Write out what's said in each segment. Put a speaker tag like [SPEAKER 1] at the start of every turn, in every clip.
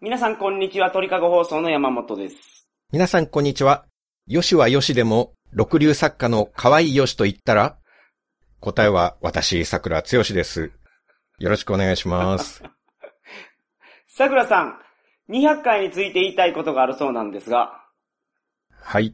[SPEAKER 1] 皆さんこんにちは、鳥かご放送の山本です。
[SPEAKER 2] 皆さんこんにちは。よしはよしでも、六流作家の河合よしと言ったら答えは私、桜つよしです。よろしくお願いします。
[SPEAKER 1] さくらさん、200回について言いたいことがあるそうなんですが。
[SPEAKER 2] はい。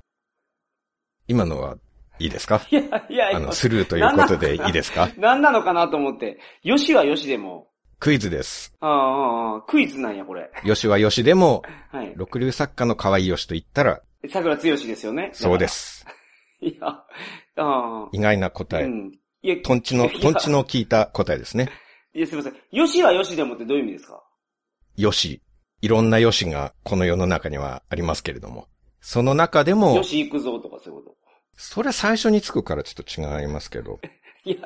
[SPEAKER 2] 今のはいいですか
[SPEAKER 1] いや、いや、
[SPEAKER 2] あの、スルーということでいいですか
[SPEAKER 1] 何なのかなと思って。よしはよしでも。
[SPEAKER 2] クイズです。
[SPEAKER 1] ああああ、クイズなんや、これ。
[SPEAKER 2] よしはよしでも、
[SPEAKER 1] はい。
[SPEAKER 2] 六流作家の河合よしと言ったら、
[SPEAKER 1] 桜つよしですよね。
[SPEAKER 2] そうで。す。
[SPEAKER 1] いや、ああ。
[SPEAKER 2] 意外な答
[SPEAKER 1] う
[SPEAKER 2] え。
[SPEAKER 1] ん。いや、
[SPEAKER 2] トンチの、トンチの効いた答えですね。
[SPEAKER 1] いや、すみません。よしはよしでもってどういう意味ですか
[SPEAKER 2] よし。いろんなよしがこの世の中にはありますけれども。その中でも
[SPEAKER 1] よ、し行くぞとかそういうこ
[SPEAKER 2] それは最初につくからちょっと違いますけど。
[SPEAKER 1] と。いや、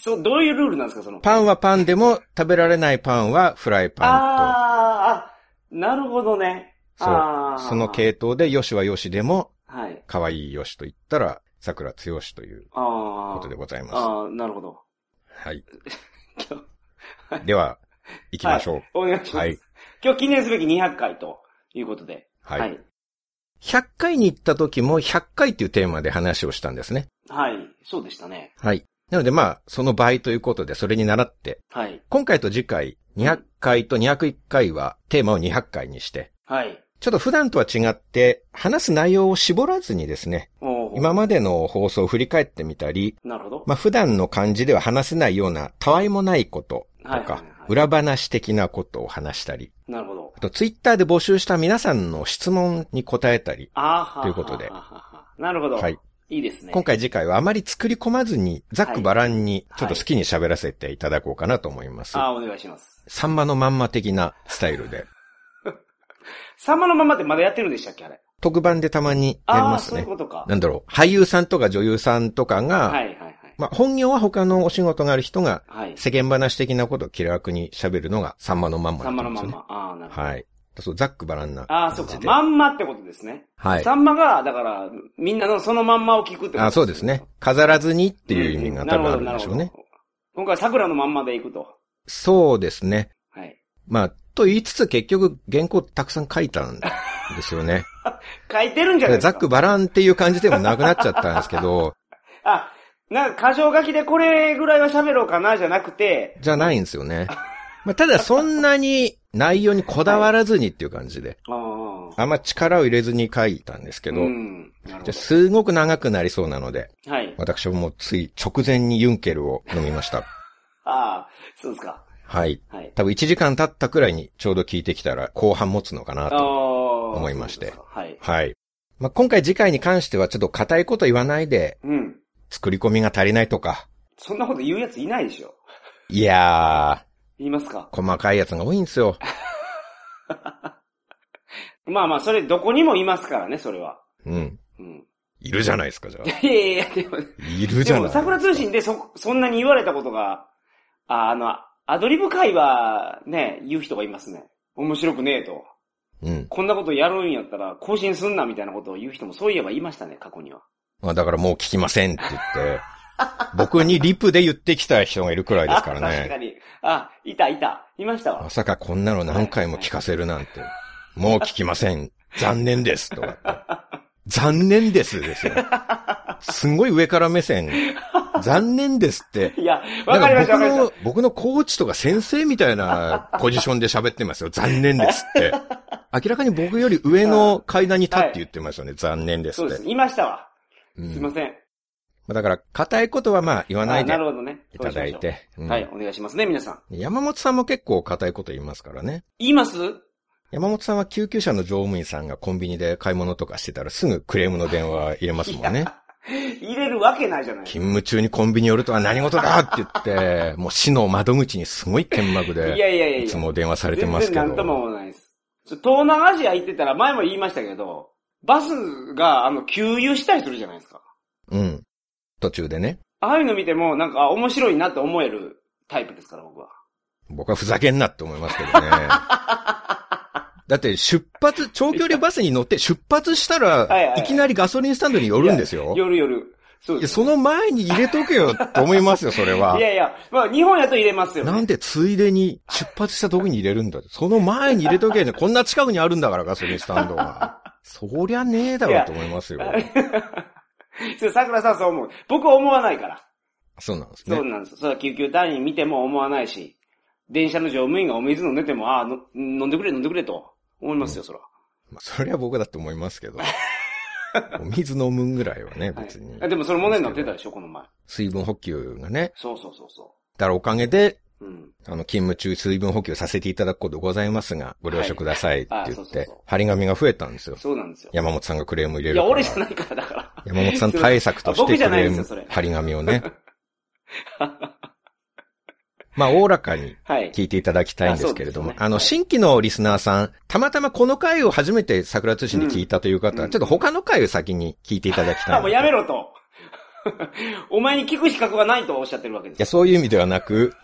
[SPEAKER 1] そう、どういうルールなんですか、その。
[SPEAKER 2] パンはパンでも食べられないパンはフライパン
[SPEAKER 1] ああ、あ、なるほどね。
[SPEAKER 2] そう
[SPEAKER 1] あ
[SPEAKER 2] と、
[SPEAKER 1] ー
[SPEAKER 2] その系統でよしはよしでも、
[SPEAKER 1] はい。
[SPEAKER 2] 可愛いよしと言ったら、桜つよしという
[SPEAKER 1] ああ。
[SPEAKER 2] ことでございます。
[SPEAKER 1] ああ、なるほど。
[SPEAKER 2] はい。
[SPEAKER 1] 今日
[SPEAKER 2] では、行きましょう。
[SPEAKER 1] お願いします。
[SPEAKER 2] はい
[SPEAKER 1] 今日記念すべき200回ということで。
[SPEAKER 2] はい。
[SPEAKER 1] はい。
[SPEAKER 2] 100回に行った時も100回っていうテーマで話をしたんですね。
[SPEAKER 1] はいそうでしたね。
[SPEAKER 2] はい。なのでまあ、その倍ということで、それに倣って、
[SPEAKER 1] はい。
[SPEAKER 2] 今回と次回、200回と201回はテーマを200回にして、
[SPEAKER 1] はい。
[SPEAKER 2] ちょっと普段とは違って、話す内容を絞らずにですね、
[SPEAKER 1] おー
[SPEAKER 2] 今までの放送を振り返ってみたり、
[SPEAKER 1] なるほど。
[SPEAKER 2] まあ、普段の感じでは話せないような、たわいもないことと
[SPEAKER 1] はいはいは
[SPEAKER 2] か
[SPEAKER 1] い、
[SPEAKER 2] 裏話的なことを話したり、
[SPEAKER 1] なるほど
[SPEAKER 2] あ。とツイッターで募集した皆さんの質問に答えたり、
[SPEAKER 1] あーは
[SPEAKER 2] ということで
[SPEAKER 1] はははなるほど。
[SPEAKER 2] はい。
[SPEAKER 1] いいですね。
[SPEAKER 2] 今。回次回はあまり作り込まずに、ざっくばらんに、
[SPEAKER 1] はい
[SPEAKER 2] ちょっと好きに喋らせていただこうかなと思います。
[SPEAKER 1] ああ、お願いします。
[SPEAKER 2] サンマのまんま的なスタイルで。
[SPEAKER 1] サンマのままってまだやってるんでしたっけあれ。
[SPEAKER 2] 特番でたまにやり
[SPEAKER 1] ああ、
[SPEAKER 2] ます
[SPEAKER 1] そういう
[SPEAKER 2] ね。
[SPEAKER 1] ことか。
[SPEAKER 2] なんだろう、俳優さんとか女優さんとかが、
[SPEAKER 1] はいはいはい。
[SPEAKER 2] まあ、本業は他のお仕事がある人が
[SPEAKER 1] はい。
[SPEAKER 2] 世間話的なことを気楽に喋るのがサンマのまんま
[SPEAKER 1] サ
[SPEAKER 2] だ
[SPEAKER 1] ン
[SPEAKER 2] った
[SPEAKER 1] マ
[SPEAKER 2] ん
[SPEAKER 1] の
[SPEAKER 2] で
[SPEAKER 1] ま
[SPEAKER 2] すよ
[SPEAKER 1] ん
[SPEAKER 2] ね。
[SPEAKER 1] ま。ああ、なるほど。
[SPEAKER 2] はい。そう、ざっくばらんな
[SPEAKER 1] ああ、
[SPEAKER 2] 感
[SPEAKER 1] そう
[SPEAKER 2] じ
[SPEAKER 1] か。
[SPEAKER 2] で。
[SPEAKER 1] まんまってことですね。
[SPEAKER 2] はい
[SPEAKER 1] サ。ンマが、だから、みんなのそのまんまを聞くってこと
[SPEAKER 2] あそうですね。飾らずにっていう意味が多分あるん
[SPEAKER 1] な
[SPEAKER 2] でしょう
[SPEAKER 1] ほ。ど
[SPEAKER 2] ね
[SPEAKER 1] なほど今回桜のまんまでいくと。
[SPEAKER 2] そうですね。
[SPEAKER 1] はい。
[SPEAKER 2] まあ、と言いつつ結局原稿たくさん書いたんですよ ね。
[SPEAKER 1] 書いてるんじ
[SPEAKER 2] だ
[SPEAKER 1] ゃない
[SPEAKER 2] から
[SPEAKER 1] で
[SPEAKER 2] ざ
[SPEAKER 1] す
[SPEAKER 2] っ
[SPEAKER 1] か。
[SPEAKER 2] くばらんっていう感じでもなくなっちゃったんですけ ど、
[SPEAKER 1] あ、なんか、箇条書きでこれぐらいは喋ろうかな、じゃなくて、
[SPEAKER 2] じゃないんですよね。まあ、ただそんなに内容にこだわらずにっていう感じで、
[SPEAKER 1] ああ。
[SPEAKER 2] あんま力を入れずに書いたんですけど、
[SPEAKER 1] うん。なる
[SPEAKER 2] じゃあ
[SPEAKER 1] ほ
[SPEAKER 2] すごく長くなりそうなので、
[SPEAKER 1] ど。はい。
[SPEAKER 2] 私はもうつい直前にユンケルを飲みま した。
[SPEAKER 1] ああ、そうですか。
[SPEAKER 2] はい。
[SPEAKER 1] はい。
[SPEAKER 2] 多分1時間経ったくらいにちょうど聞いてきたら後半持つのかな
[SPEAKER 1] あ
[SPEAKER 2] と。
[SPEAKER 1] あ。
[SPEAKER 2] 思いまして
[SPEAKER 1] そうですかはい。
[SPEAKER 2] はい。まあ、今回次回に関してはちょっと固いこと言わないで
[SPEAKER 1] うん。
[SPEAKER 2] 作り込みが足りないとか。
[SPEAKER 1] そんなこと言うやついないでしょ。
[SPEAKER 2] いや
[SPEAKER 1] 言いますか。
[SPEAKER 2] ー、細かいやつが多いんですよ。
[SPEAKER 1] まあまあ、それどこにもいますからね、それは。
[SPEAKER 2] うん。
[SPEAKER 1] うん。
[SPEAKER 2] いるじゃないですか、じゃ
[SPEAKER 1] い
[SPEAKER 2] あ。
[SPEAKER 1] やいやいや、でも、
[SPEAKER 2] いるじ
[SPEAKER 1] で
[SPEAKER 2] ゃな
[SPEAKER 1] も、
[SPEAKER 2] いです
[SPEAKER 1] 桜
[SPEAKER 2] か。
[SPEAKER 1] 通信でそ、そんなに言われたことが、ああの、アドリブ会は、ね、言う人がいますね。面白くねえと。
[SPEAKER 2] うん。
[SPEAKER 1] こんなことやるんやったら、更新すんなみたいなことを言う人もそういえばいましたね、過去には。
[SPEAKER 2] まあ、だからもう聞きませんって言って、僕にリプで言ってきた人がいるくらいですから
[SPEAKER 1] あ確か
[SPEAKER 2] ね。
[SPEAKER 1] に。あ、いたいた。いましたわ
[SPEAKER 2] ま。さかこんなの何回も聞かせるなんて。もう聞きません。残念です。とかって。残念ですですよ。すんごい上から目線。残念ですって。
[SPEAKER 1] いや、わ
[SPEAKER 2] な
[SPEAKER 1] かりま
[SPEAKER 2] ん
[SPEAKER 1] した、
[SPEAKER 2] か
[SPEAKER 1] わかり
[SPEAKER 2] 僕
[SPEAKER 1] まし
[SPEAKER 2] の、僕のコーチとか先生みたいなポジションで喋ってますよ。残念ですって。明らかに僕より上の階段に立って言ってますよね。残念で
[SPEAKER 1] た。
[SPEAKER 2] す
[SPEAKER 1] そ
[SPEAKER 2] っ
[SPEAKER 1] う
[SPEAKER 2] て
[SPEAKER 1] です。。いましたわ。
[SPEAKER 2] う
[SPEAKER 1] すい
[SPEAKER 2] ん
[SPEAKER 1] ません。
[SPEAKER 2] まあだから、固いことはまあ言わな
[SPEAKER 1] あ
[SPEAKER 2] いで
[SPEAKER 1] なるほどね。
[SPEAKER 2] いただい
[SPEAKER 1] そうしましょ
[SPEAKER 2] て。う
[SPEAKER 1] う。
[SPEAKER 2] ん
[SPEAKER 1] はい、お願いしますね、皆さん。
[SPEAKER 2] 山本さんも結構固いこと言いますからね。
[SPEAKER 1] 言います
[SPEAKER 2] 山本さんは救急車の乗務員さんがコンビニで買い物とかしてたらすぐクレームの電話入れますもんね。
[SPEAKER 1] 入れるわけないじゃない。
[SPEAKER 2] 勤務中にコンビニ寄るとは何事だって 言って、もう市の窓口にすごい剣幕
[SPEAKER 1] いやい
[SPEAKER 2] で、
[SPEAKER 1] やいやいや。
[SPEAKER 2] いつも電話されてますけ
[SPEAKER 1] 全然なんとも
[SPEAKER 2] ど。
[SPEAKER 1] 思わないです。ちょ東南アジア行ってたら前も言いましたけど、バスが、あの、給油したりするじゃないですか。
[SPEAKER 2] うん。途中でね。
[SPEAKER 1] ああいうの見ても、なんか、あ面白いなって思えるタイプですから、僕は。
[SPEAKER 2] 僕はふざけんなって思います けどね。だって出発、長距離バスに乗って出発した
[SPEAKER 1] はいはいは
[SPEAKER 2] ら、
[SPEAKER 1] い
[SPEAKER 2] いきなりガソリンスタンドに寄るんですよ。
[SPEAKER 1] 夜夜。そう
[SPEAKER 2] い
[SPEAKER 1] で
[SPEAKER 2] や
[SPEAKER 1] す
[SPEAKER 2] その前に入れとけよと思いますよ、それは。
[SPEAKER 1] いやいや、まあ日本やと入れますよ、ね。
[SPEAKER 2] なんでついでに出発した時に入れるんだその前に入れとけよ。こんな近くにあるんだから、ガソリンスタンドが。そりゃねえだろうと思いますよ。
[SPEAKER 1] そう桜さんそう思う。僕は思わないから。
[SPEAKER 2] そうなんです
[SPEAKER 1] そ
[SPEAKER 2] ね
[SPEAKER 1] う。なんです。それは救急隊員見ても思わないし、電車の乗務員がお水飲んでても、ああ、の飲んでくれ飲んでくれと思いますよ、そら。
[SPEAKER 2] まあそれは僕だって思いますけど。お水飲むぐらいはね、
[SPEAKER 1] はい
[SPEAKER 2] 別に。
[SPEAKER 1] あでもそれ問題になってたでしょ、この前。
[SPEAKER 2] 水分補給がね。
[SPEAKER 1] そうそうそうそ
[SPEAKER 2] だからおかげで、
[SPEAKER 1] う。うん。
[SPEAKER 2] あの、勤務中水分補給させていただくことございますが、ご了承くださいって
[SPEAKER 1] はいあそ
[SPEAKER 2] 言
[SPEAKER 1] うそ
[SPEAKER 2] っ
[SPEAKER 1] う
[SPEAKER 2] て
[SPEAKER 1] そう、
[SPEAKER 2] 張り紙が増えたんですよ。
[SPEAKER 1] そうなんですよ。
[SPEAKER 2] 山本さんがクレーム入れ
[SPEAKER 1] い
[SPEAKER 2] るか
[SPEAKER 1] や、
[SPEAKER 2] ら。
[SPEAKER 1] 俺じゃないから、だから。
[SPEAKER 2] 山本さん対策とし
[SPEAKER 1] 僕
[SPEAKER 2] て
[SPEAKER 1] じゃ
[SPEAKER 2] ク
[SPEAKER 1] ないで
[SPEAKER 2] レー
[SPEAKER 1] すよ
[SPEAKER 2] ム
[SPEAKER 1] それ、
[SPEAKER 2] 張り紙 をね。まあ、おおらかに
[SPEAKER 1] はい。
[SPEAKER 2] 聞いていただきたいんですけれども、
[SPEAKER 1] あそう
[SPEAKER 2] あ,、
[SPEAKER 1] ですね
[SPEAKER 2] の、新規のリスナーさん、たまたまこの回を初めて桜通信で聞いたという方は、
[SPEAKER 1] うん
[SPEAKER 2] ちょっと他の回を先に聞いていただきたいな
[SPEAKER 1] あ、
[SPEAKER 2] と。
[SPEAKER 1] もうやめろと。 お前に聞く資格がないとおっしゃってるわけで
[SPEAKER 2] いや、
[SPEAKER 1] す。
[SPEAKER 2] そういう意味ではな く、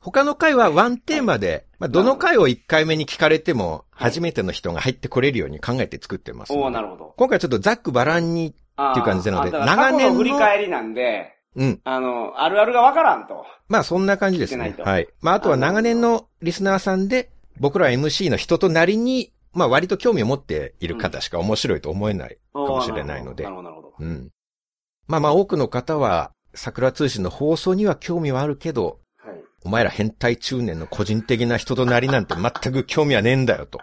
[SPEAKER 2] 他の回はワンテーマで、まあ、どの回を1回目に聞かれても、
[SPEAKER 1] はい
[SPEAKER 2] 初めての人が入ってこれるように考えて作ってますの
[SPEAKER 1] お
[SPEAKER 2] で。
[SPEAKER 1] おなるほど。
[SPEAKER 2] 今回はちょっとざっくばらんに、
[SPEAKER 1] あー
[SPEAKER 2] っていう感じなので
[SPEAKER 1] あだから過去
[SPEAKER 2] 長年
[SPEAKER 1] の
[SPEAKER 2] の
[SPEAKER 1] 振り返りなんで、
[SPEAKER 2] うん。
[SPEAKER 1] あの、あるあるがわからんと。
[SPEAKER 2] まあそんな感じです
[SPEAKER 1] 聞い
[SPEAKER 2] ね
[SPEAKER 1] て。ないと
[SPEAKER 2] はい。まああとは長年のリスナーさんで、僕ら MC の人となりに、まあ割と興味を持っている方しか面白いと思えない。
[SPEAKER 1] おー
[SPEAKER 2] かもしれないので
[SPEAKER 1] なるほど、なるほど。
[SPEAKER 2] うん。まあまあ多くの方は、桜通信の放送には興味はあるけど、
[SPEAKER 1] はい。
[SPEAKER 2] お前ら変態中年の個人的な人となりなんて全く興味はねえんだよと。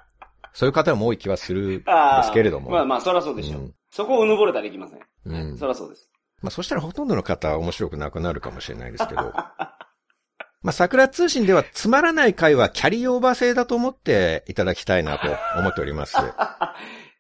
[SPEAKER 2] そういう方も多い気はするん で
[SPEAKER 1] ああ。
[SPEAKER 2] すけれども。
[SPEAKER 1] まあまあ、そらそうでしょ。
[SPEAKER 2] うん
[SPEAKER 1] そこをうぬぼれたらいきません。
[SPEAKER 2] うん
[SPEAKER 1] そらそうです。
[SPEAKER 2] まあそしたらほとんどの方は面白くなくなるかもしれないですけど。 まあ桜通信ではつまらない回はキャリーオーバー制だと思っていただきたいなと思ってお ります。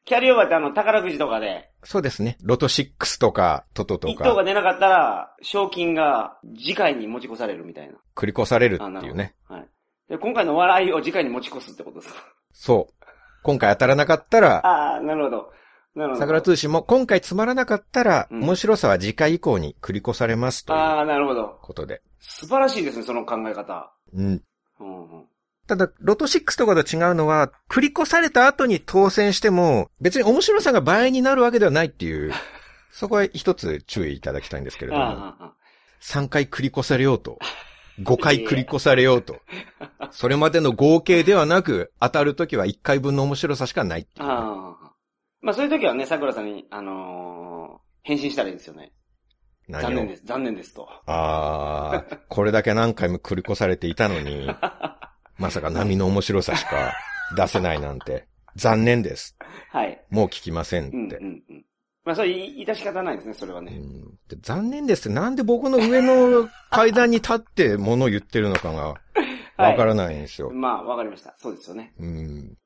[SPEAKER 1] キャリーオーバーってあの、宝くじとかで、
[SPEAKER 2] そうですね。ロト6とかトトと
[SPEAKER 1] 一等が
[SPEAKER 2] か
[SPEAKER 1] 出なかったら、賞金が次回に持ち越されるみたいな。
[SPEAKER 2] 繰り越される
[SPEAKER 1] あ
[SPEAKER 2] っ
[SPEAKER 1] な
[SPEAKER 2] て
[SPEAKER 1] る
[SPEAKER 2] いう
[SPEAKER 1] ほど
[SPEAKER 2] ね。
[SPEAKER 1] はい。で、今回の笑いを次回に持ち越すってことです か。
[SPEAKER 2] そう。今回当たらなかったら、
[SPEAKER 1] ああ、なるほど。なるほど。
[SPEAKER 2] 桜通信も今回つまらなかったら、
[SPEAKER 1] うん
[SPEAKER 2] 面白さは次回以降に繰り越されますという
[SPEAKER 1] ああ、なるほど。
[SPEAKER 2] ことで。
[SPEAKER 1] 素晴らしいですね、その考え方。
[SPEAKER 2] うん。
[SPEAKER 1] うんうん。
[SPEAKER 2] ただ、ロト6とかと違うのは、繰り越された後に当選しても、別に面白さが倍になるわけではないっ ていう、そこは一つ注意いただきたいんですけれど
[SPEAKER 1] あ
[SPEAKER 2] も、
[SPEAKER 1] あああ、
[SPEAKER 2] 3回繰り越されよう と、5回繰り越されようと、それまでの合計ではなく、当たるときは1回分の面白さしかないっていうね、
[SPEAKER 1] ああ。まあそういう時はね、桜さんに、あのー返信したらいいですよね。
[SPEAKER 2] 何を
[SPEAKER 1] 残念です、残念ですと。
[SPEAKER 2] ああ、これだけ何回も繰り越されていたの に、まさか波の面白さしか出せないなんて、残念です。
[SPEAKER 1] はい。
[SPEAKER 2] もう聞きませんって。
[SPEAKER 1] うんうんうん。まあそれ、い、いた仕方ないですね、それは
[SPEAKER 2] う
[SPEAKER 1] ね。
[SPEAKER 2] んで残念ですって、なんで僕の上の階段に立って物を言ってるのかが
[SPEAKER 1] はい
[SPEAKER 2] わからないんですよ。
[SPEAKER 1] まあ、わかりました。そうですよね。
[SPEAKER 2] うん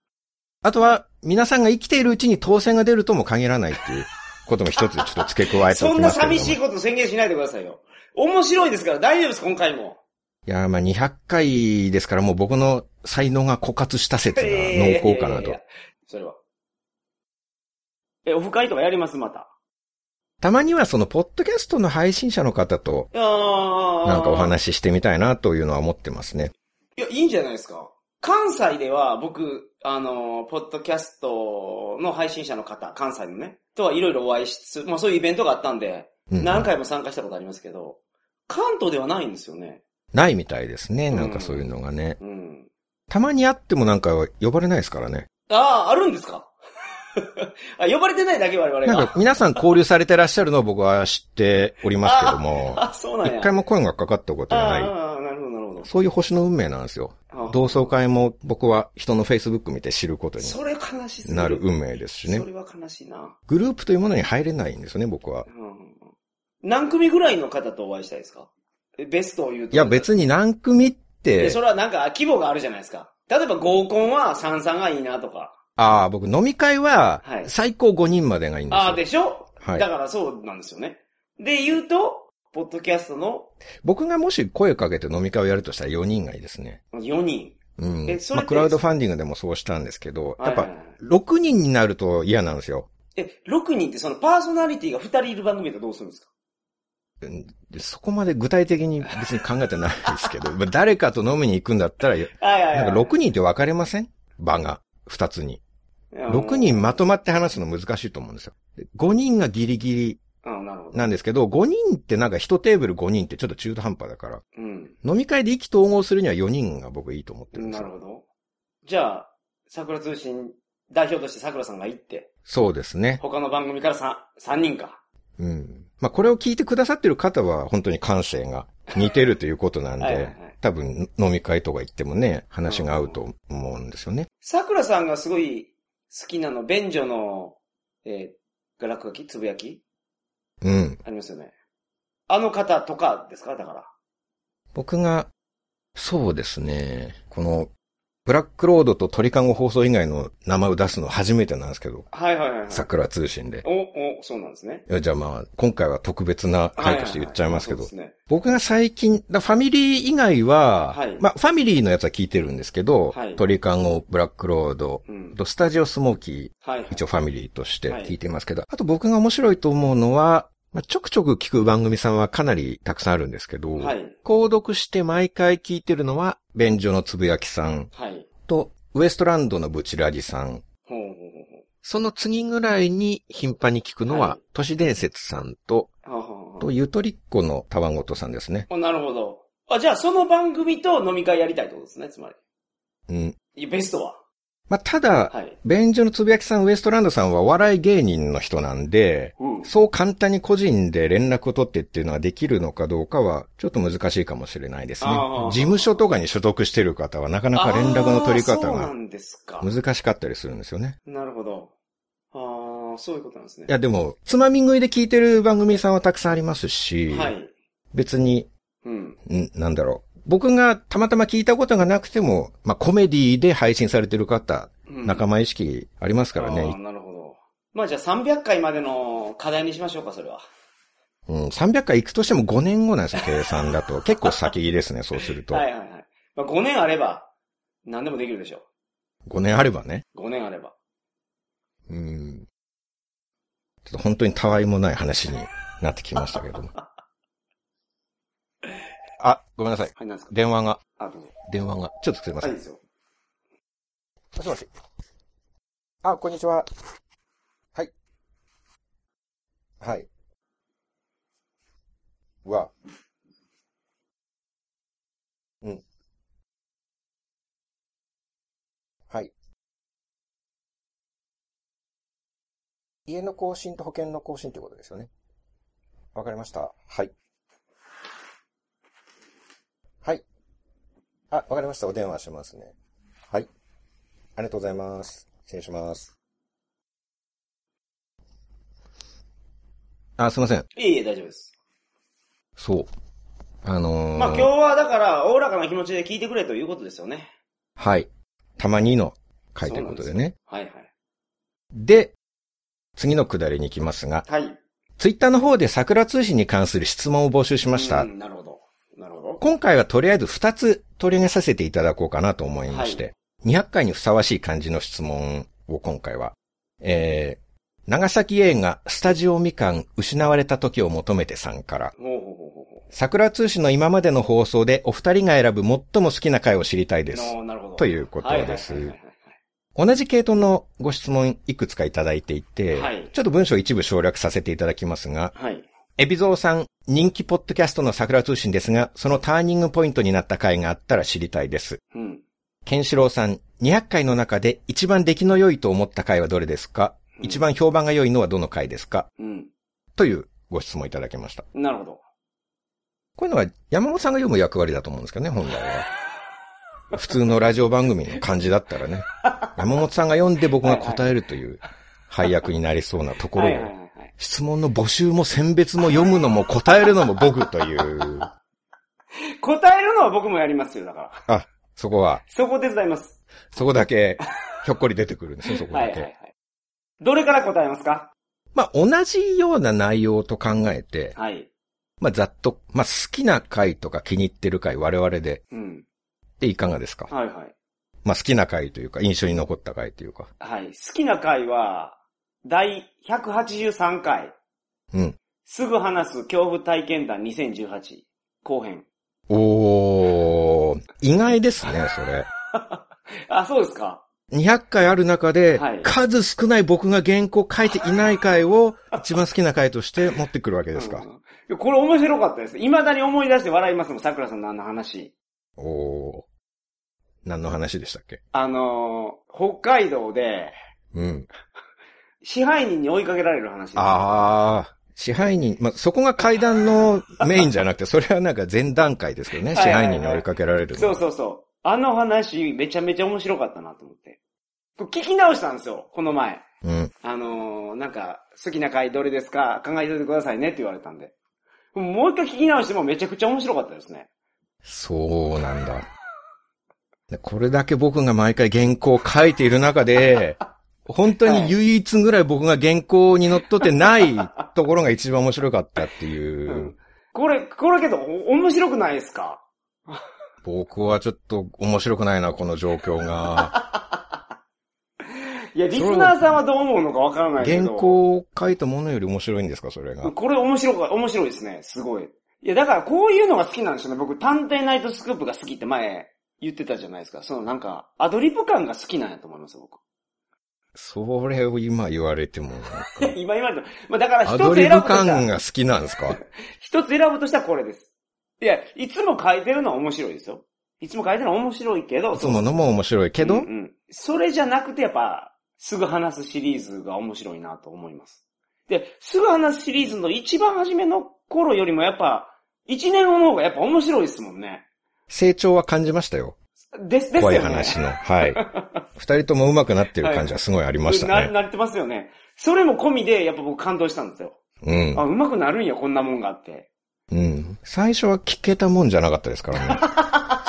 [SPEAKER 2] あとは、皆さんが生きているうちに当選が出るとも限らないっていうことも一つちょっと付け加えて
[SPEAKER 1] そ
[SPEAKER 2] おき
[SPEAKER 1] ん
[SPEAKER 2] ま
[SPEAKER 1] な
[SPEAKER 2] すけれども。
[SPEAKER 1] 寂しいこと宣言しないでくださいよ。面白いですから、大丈夫です、今回も。
[SPEAKER 2] いやー、まあ200回ですからもう僕の才能が枯渇した説が濃厚
[SPEAKER 1] いやいや
[SPEAKER 2] かな
[SPEAKER 1] いやい
[SPEAKER 2] と
[SPEAKER 1] や。。それは。え、オフ会とかやります、また。
[SPEAKER 2] たまにはその、ポッドキャストの配信者の方と、
[SPEAKER 1] いやー
[SPEAKER 2] なんかお話ししてみたいなというのは思ってますね。
[SPEAKER 1] いや、いいんじゃないですか。関西では僕、あのー、ポッドキャストの配信者の方、関西のね、とはいろいろお会いしつつ、まあそういうイベントがあったんで、
[SPEAKER 2] うん
[SPEAKER 1] 何回も参加したことありますけど、関東ではないんですよね。
[SPEAKER 2] ないみたいですね。なんかそういうのがね。
[SPEAKER 1] うん。
[SPEAKER 2] たまにあってもなんか呼ばれないですからね。
[SPEAKER 1] ああ、あるんですか あ呼ばれてないだけ我々
[SPEAKER 2] なん
[SPEAKER 1] が
[SPEAKER 2] か。皆さん交流されてらっしゃるのを僕は知っておりますけども、
[SPEAKER 1] あ、そうなんや。
[SPEAKER 2] 一回も声がかかったことが
[SPEAKER 1] あ
[SPEAKER 2] ない。
[SPEAKER 1] ああ、なるほど、なるほど
[SPEAKER 2] そういう星の運命なんですよ。
[SPEAKER 1] あ。
[SPEAKER 2] 同窓会も僕は人の Facebook 見て知ることに
[SPEAKER 1] それ悲しすぎ
[SPEAKER 2] なる運命ですしね
[SPEAKER 1] そ。れは悲しいな。
[SPEAKER 2] グループというものに入れないんですよね、僕は
[SPEAKER 1] う。ん。何組ぐらいの方とお会いしたいですかえベストを言うと。
[SPEAKER 2] いや、別に何組っ
[SPEAKER 1] で、
[SPEAKER 2] て
[SPEAKER 1] そ、れはなんか規模があるじゃないですか。例えば合コンは三三がいいなとか。
[SPEAKER 2] ああ、僕飲み会は
[SPEAKER 1] は、い
[SPEAKER 2] 最高5人までがいいんですよ。
[SPEAKER 1] ああ、でしょ、
[SPEAKER 2] はい
[SPEAKER 1] だからそうなんですよね。で、言うと、ポッドキャストの
[SPEAKER 2] 僕がもし声かけて飲み会をやるとしたら4人がいいですね。
[SPEAKER 1] 4人。
[SPEAKER 2] うん
[SPEAKER 1] え。それ
[SPEAKER 2] まあ、
[SPEAKER 1] って
[SPEAKER 2] クラウドファンディングでもそうしたんですけど、やっ
[SPEAKER 1] は
[SPEAKER 2] ぱ
[SPEAKER 1] いはいはい
[SPEAKER 2] 6人になると嫌なんですよ。
[SPEAKER 1] え、6人ってそのパーソナリティが2人いる番組ってどうするんですか
[SPEAKER 2] でそこまで具体的に別に考えてないですけど、 まあ誰かと飲みに行くんだったら、
[SPEAKER 1] あいやいや
[SPEAKER 2] なんか6人って分かれません場が2つに。
[SPEAKER 1] 6
[SPEAKER 2] 6人まとまって話すの難しいと思うんですよ。5人がギリギリ
[SPEAKER 1] うん、なるほど。
[SPEAKER 2] なんですけど、5人ってなんか1テーブル5人ってちょっと中途半端だから、
[SPEAKER 1] うん。
[SPEAKER 2] 飲み会で意気投合するには4人が僕いいと思ってるんです
[SPEAKER 1] な
[SPEAKER 2] よ。
[SPEAKER 1] るほど。じゃあ、桜通信代表として桜さんが行って、
[SPEAKER 2] そうですね。
[SPEAKER 1] 他の番組からさ三3人か。
[SPEAKER 2] うん。まあ、これを聞いてくださってる方は本当に感性が似てるということなんで、
[SPEAKER 1] はいはいはい
[SPEAKER 2] 多分飲み会とか行ってもね、話が合うと思うんですよね。
[SPEAKER 1] 桜さんがすごい好きなの、便所の、えー、落書きつぶやき
[SPEAKER 2] うん。
[SPEAKER 1] ありますよね。あの方とかですかだから。
[SPEAKER 2] 僕が、そうですね、この、ブラックロードと鳥かご放送以外の名前を出すの初めてなんですけど、
[SPEAKER 1] はいはいはいはい。
[SPEAKER 2] 桜通信で。
[SPEAKER 1] お、お、そうなんですね。
[SPEAKER 2] いやじゃあまあ、今回は特別な回として言っちゃいますけど、
[SPEAKER 1] はいはいはい
[SPEAKER 2] 僕が最近、だファミリー以外は、
[SPEAKER 1] はい
[SPEAKER 2] まあ、ファミリーのやつは聞いてるんですけど、
[SPEAKER 1] はい
[SPEAKER 2] 鳥かご、ブラックロード、
[SPEAKER 1] そうですね。うん。
[SPEAKER 2] とスタジオスモーキー、
[SPEAKER 1] はいはい。
[SPEAKER 2] 一応ファミリーとして聞いてますけど、あと僕が面白いと思うのは、まあ、ちょくちょく聞く番組さんはかなりたくさんあるんですけど、
[SPEAKER 1] はい。
[SPEAKER 2] 購読して毎回聞いてるのは、便所のつぶやきさん
[SPEAKER 1] はい。
[SPEAKER 2] と、ウエストランドのブチラジさん。
[SPEAKER 1] ほうほう
[SPEAKER 2] その次ぐらいに頻繁に聞くのは、
[SPEAKER 1] はい
[SPEAKER 2] 都市伝説さんと、
[SPEAKER 1] ほうほう。ははは
[SPEAKER 2] と、ゆとりっ子のたわごとさんですね。
[SPEAKER 1] おなるほど。あ、じゃあその番組と飲み会やりたいってことですね、つまり
[SPEAKER 2] うん。。
[SPEAKER 1] いやベストは
[SPEAKER 2] まあ、ただ、
[SPEAKER 1] はい。
[SPEAKER 2] 便所のつぶやきさん、ウエストランドさんはお笑い芸人の人なんで、
[SPEAKER 1] うん。
[SPEAKER 2] そう簡単に個人で連絡を取ってっていうのはできるのかどうかは、ちょっと難しいかもしれないですね
[SPEAKER 1] あー。
[SPEAKER 2] 事務所とかに所属してる方は、なかなか連絡の取り
[SPEAKER 1] あー
[SPEAKER 2] 方
[SPEAKER 1] そうな
[SPEAKER 2] が
[SPEAKER 1] んですか。
[SPEAKER 2] 難しかったりするんですよね。
[SPEAKER 1] なるほど。ああ、そういうことなんですね。
[SPEAKER 2] いやでも、つまみ食いで聞いてる番組さんはたくさんありますし、
[SPEAKER 1] はい。
[SPEAKER 2] 別に、
[SPEAKER 1] うん。
[SPEAKER 2] んなんだろう。僕がたまたま聞いたことがなくても、まあコメディで配信されてる方、
[SPEAKER 1] うん
[SPEAKER 2] 仲間意識ありますから
[SPEAKER 1] あー
[SPEAKER 2] ね。
[SPEAKER 1] なるほど。まあじゃあ300回までの課題にしましょうか、それは。
[SPEAKER 2] うん、300回行くとしても5年後なんですよ、計算だと。結構先ですね、そうすると。
[SPEAKER 1] はいはいはい。まあ5年あれば、何でもできるでしょ
[SPEAKER 2] 5年あればね。
[SPEAKER 1] う。5年あれば。
[SPEAKER 2] うん。ちょっと本当にたわいもない話になってきましたけども。あ、ごめんなさい。
[SPEAKER 1] はい、なんですか
[SPEAKER 2] 電話が、
[SPEAKER 1] あ、どうぞ。
[SPEAKER 2] 電話が。ちょっとすいま
[SPEAKER 1] は
[SPEAKER 2] せん
[SPEAKER 1] い、。ですよ。
[SPEAKER 2] もしもし。あ、こんにちは。はい。はい。うわ。うん。はい。家の更新と保険の更新ということですよね。わかりました。はい。はい。あ、わかりました。お電話しますね。はい。ありがとうございます。失礼します。あ、すいません。
[SPEAKER 1] いえいえ、大丈夫です。
[SPEAKER 2] そう。あのー
[SPEAKER 1] まあ今日はだから、おおらかな気持ちで聞いてくれということですよね。
[SPEAKER 2] はい。たまにの回ということでね。
[SPEAKER 1] はいはい。
[SPEAKER 2] で次のくだりに行きますが、
[SPEAKER 1] はい。
[SPEAKER 2] ツイッターの方で桜通信に関する質問を募集しました。
[SPEAKER 1] うんなるほど。なるほど。
[SPEAKER 2] 今回はとりあえず2つ取り上げさせていただこうかなと思いまして、200回にふさわしい感じの質問を今回は、えー、長崎映画スタジオみかん失われた時を求めてさんから、
[SPEAKER 1] ほうほうほうほうほ。
[SPEAKER 2] 桜通信の今までの放送でお二人が選ぶ最も好きな回を知りたいうです。
[SPEAKER 1] のなるほど。
[SPEAKER 2] ということです
[SPEAKER 1] はいはいはい
[SPEAKER 2] 同じ系統のご質問いくつかいただいていて、
[SPEAKER 1] はい
[SPEAKER 2] ちょっと文章一部省略させていただきますが、
[SPEAKER 1] はいはい。はい
[SPEAKER 2] エビゾーさん、人気ポッドキャストの桜通信ですが、そのターニングポイントになった回があったら知りたいです。
[SPEAKER 1] うん。
[SPEAKER 2] ケンシロウさん、200回の中で一番出来の良いと思った回はどれですか
[SPEAKER 1] うん
[SPEAKER 2] 一番評判が良いのはどの回ですか
[SPEAKER 1] うん。
[SPEAKER 2] というご質問いただきました。
[SPEAKER 1] なるほど。
[SPEAKER 2] こういうのは山本さんが読む役割だと思うんですけどね、本来は。普通のラジオ番組の感じだった らね、山本さんが読んで僕が答えるという配役になりそうなところ
[SPEAKER 1] は
[SPEAKER 2] を
[SPEAKER 1] い、はいはいはい。
[SPEAKER 2] 質問の募集も選別も読むのも答えるのも僕という、
[SPEAKER 1] 答えるのは僕もやりますよ、だから。
[SPEAKER 2] あ、そこは、
[SPEAKER 1] そこを手伝います。
[SPEAKER 2] そこだけ、ひょっこり出てくるんですね、そこ
[SPEAKER 1] は
[SPEAKER 2] だ
[SPEAKER 1] いはいは
[SPEAKER 2] け。
[SPEAKER 1] い。どれから答えますか
[SPEAKER 2] まあ、同じような内容と考えて、
[SPEAKER 1] はい。
[SPEAKER 2] まあ、ざっと、まあ、好きな回とか気に入ってる回、我々で、
[SPEAKER 1] うん。
[SPEAKER 2] で、いかがですか
[SPEAKER 1] はいはい。
[SPEAKER 2] まあ、好きな回というか、印象に残った回というか。
[SPEAKER 1] はい。好きな回は、第183回、
[SPEAKER 2] うん。
[SPEAKER 1] すぐ話す恐怖体験談2018後編。
[SPEAKER 2] おー、意外ですね、それ。
[SPEAKER 1] あ、そうですか
[SPEAKER 2] 200回ある中で、
[SPEAKER 1] はい
[SPEAKER 2] 数少ない僕が原稿書いていない回を一番好きな回として持ってくるわけですか。
[SPEAKER 1] うんこれ面白かったです。未だに思い出して笑いますもん、桜さんのあの話。
[SPEAKER 2] おー。何の話でしたっけ
[SPEAKER 1] あのー北海道で、
[SPEAKER 2] うん。
[SPEAKER 1] 支配人に追いかけられる話。
[SPEAKER 2] あー。支配人、まあ、そこが階段のメインじゃなくて、それはなんか前段階ですけどね。
[SPEAKER 1] はいは
[SPEAKER 2] 支
[SPEAKER 1] いはい
[SPEAKER 2] 配人に追いかけられるの
[SPEAKER 1] そ
[SPEAKER 2] は
[SPEAKER 1] うそうそう。あの話、めちゃめちゃ面白かったなと思って。これ聞き直したんですよ、この前。
[SPEAKER 2] うん。
[SPEAKER 1] あのーなんか、好きな回どれですか考えておいてくださいねって言われたんで。もう一回聞き直してもめちゃくちゃ面白かったですね。
[SPEAKER 2] そうなんだ。でこれだけ僕が毎回原稿を書いている中で、 本当に唯一ぐらい僕が原稿に則っってないところが一番面白かったって
[SPEAKER 1] う
[SPEAKER 2] いう。
[SPEAKER 1] ん。これ、これけど、お面白くないですか
[SPEAKER 2] 僕はちょっと面白くないな、この状況 が。
[SPEAKER 1] いや、リスナーさんはどう思うのかわからないけど。
[SPEAKER 2] 原稿を書いたものより面白いんですか、それが。
[SPEAKER 1] これ面白か、面白いですね。すごい。いや、だからこういうのが好きなんですよね。僕、探偵ナイトスクープが好きって前言ってたじゃないですか。そのなんか、アドリブ感が好きなんやと思います、僕。
[SPEAKER 2] それを今言われても なんか。
[SPEAKER 1] 今今の、まあだから一
[SPEAKER 2] ア
[SPEAKER 1] つ選
[SPEAKER 2] ド
[SPEAKER 1] ぶ
[SPEAKER 2] リブ
[SPEAKER 1] とした
[SPEAKER 2] 感
[SPEAKER 1] ら、
[SPEAKER 2] が好きなんです か
[SPEAKER 1] 一つ選ぶとしたらこれです。いや、いつも書いてるのは面白いですよ。いつも書いてるのは面白いけど、
[SPEAKER 2] いつものも面白いけ
[SPEAKER 1] う
[SPEAKER 2] ど
[SPEAKER 1] ん、うんそれじゃなくてやっぱ、すぐ話すシリーズが面白いなと思います。で、すぐ話すシリーズの一番初めの頃よりもやっぱ、一年後の方がやっぱ面白いですもんね。
[SPEAKER 2] 成長は感じましたよ。
[SPEAKER 1] です、ですよ
[SPEAKER 2] 怖
[SPEAKER 1] ね。
[SPEAKER 2] い話の。はい。 二人とも上手くなってる感じはすごいありました
[SPEAKER 1] な、
[SPEAKER 2] ね。
[SPEAKER 1] なってますよね。それも込みで、やっぱ僕感動したんですよ。
[SPEAKER 2] うん
[SPEAKER 1] あ、。うまくなるんや、こんなもんがあって。
[SPEAKER 2] うん。最初は聞けたもんじゃなかったで すからね。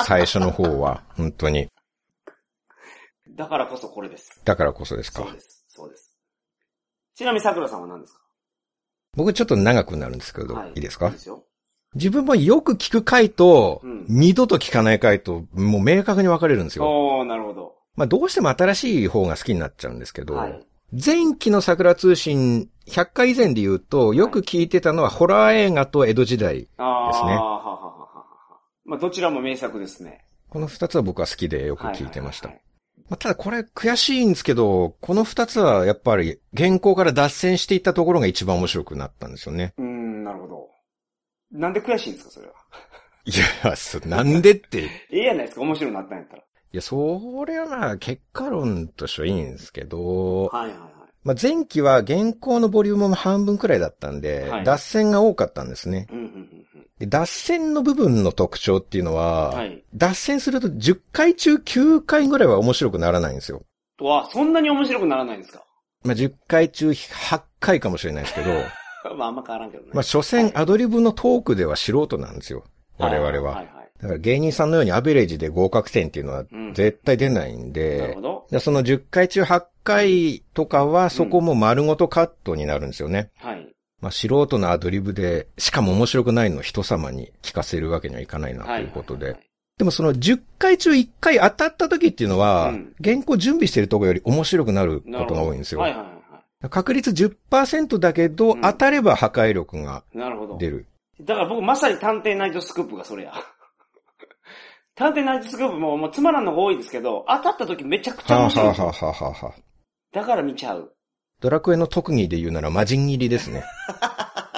[SPEAKER 2] 最初の方は、本当に。
[SPEAKER 1] だからこそこれです。
[SPEAKER 2] だからこそですか
[SPEAKER 1] そう。です。そうです。ちなみに桜さんは何ですか
[SPEAKER 2] 僕ちょっと長くなるんですけど、
[SPEAKER 1] はい
[SPEAKER 2] い、いですか
[SPEAKER 1] ですよ。
[SPEAKER 2] 自分もよく聞く回と、
[SPEAKER 1] うん
[SPEAKER 2] 二度と聞かない回と、もう明確に分かれるんですよ。
[SPEAKER 1] おー、なるほど。
[SPEAKER 2] まあどうしても新しい方が好きになっちゃうんですけど、
[SPEAKER 1] はい。
[SPEAKER 2] 前期の桜通信、100回以前で言うと、よく聞いてたのはホラー映画と江戸時代。
[SPEAKER 1] あー、
[SPEAKER 2] ですね
[SPEAKER 1] はははははは。まあ、どちらも名作ですね。
[SPEAKER 2] この二つは僕は好きでよく聞いてました
[SPEAKER 1] は。い
[SPEAKER 2] まあ、ただこれ悔しいんですけど、この二つはやっぱり原稿から脱線していったところが一番面白くなったんですよね。
[SPEAKER 1] はいはいはい。うーん、なるほど。なんで悔しいんですか、それは。
[SPEAKER 2] い や、そなんでって。い
[SPEAKER 1] ええやないですか、面白いなったんやったら。
[SPEAKER 2] や、それはな、結果論としてはいいんですけど、
[SPEAKER 1] はいはいは
[SPEAKER 2] まあ、前期は原稿のボリュームも半分くらいだったんで、
[SPEAKER 1] はい
[SPEAKER 2] 脱線が多かったんですね
[SPEAKER 1] い。うんうんうん
[SPEAKER 2] で脱線の部分の特徴っていうのは、
[SPEAKER 1] うん。はい。
[SPEAKER 2] 脱線すると10回中9回ぐらいは面白くならないんですよ。
[SPEAKER 1] とは、そんなに面白くならないんですか
[SPEAKER 2] まあ、10回中8回かもしれないですけど、
[SPEAKER 1] まあ、あんま変わらんけどね。
[SPEAKER 2] まあ、所詮アドリブのトークでは素人なんですよ。我々は。
[SPEAKER 1] はいはい。
[SPEAKER 2] だから芸人さんのようにアベレージで合格点っていうのは
[SPEAKER 1] うん
[SPEAKER 2] 絶対出ないん
[SPEAKER 1] なる
[SPEAKER 2] で
[SPEAKER 1] ほ、ど。
[SPEAKER 2] でその10回中8回とかはそこも丸ごとカットになるんですよね。
[SPEAKER 1] はい。
[SPEAKER 2] まあ、素人のアドリブで、しかも面白くないのを人様に聞かせるわけにはいかないなということで。でもその10回中1回当たった時っていうのは、
[SPEAKER 1] うん
[SPEAKER 2] 原稿準備してるところより面白くなるこ
[SPEAKER 1] なるほ
[SPEAKER 2] と
[SPEAKER 1] ど
[SPEAKER 2] が多いんですよ。
[SPEAKER 1] はいはいは
[SPEAKER 2] 確率10%だけど、
[SPEAKER 1] うん
[SPEAKER 2] 当たれば破壊力が
[SPEAKER 1] い。なるほど。
[SPEAKER 2] 出る。
[SPEAKER 1] だから僕まさに探偵ナイトスクープがそれや。 探偵ナイトスクープももうつまらんのが多いですけど、当たった時めちゃくちゃ
[SPEAKER 2] はあ、
[SPEAKER 1] 面白い
[SPEAKER 2] は
[SPEAKER 1] で
[SPEAKER 2] あ
[SPEAKER 1] す
[SPEAKER 2] は
[SPEAKER 1] よ。
[SPEAKER 2] あはあはあはあ
[SPEAKER 1] だから見ちゃう。
[SPEAKER 2] ドラクエの特技で言うなら魔人切りですね。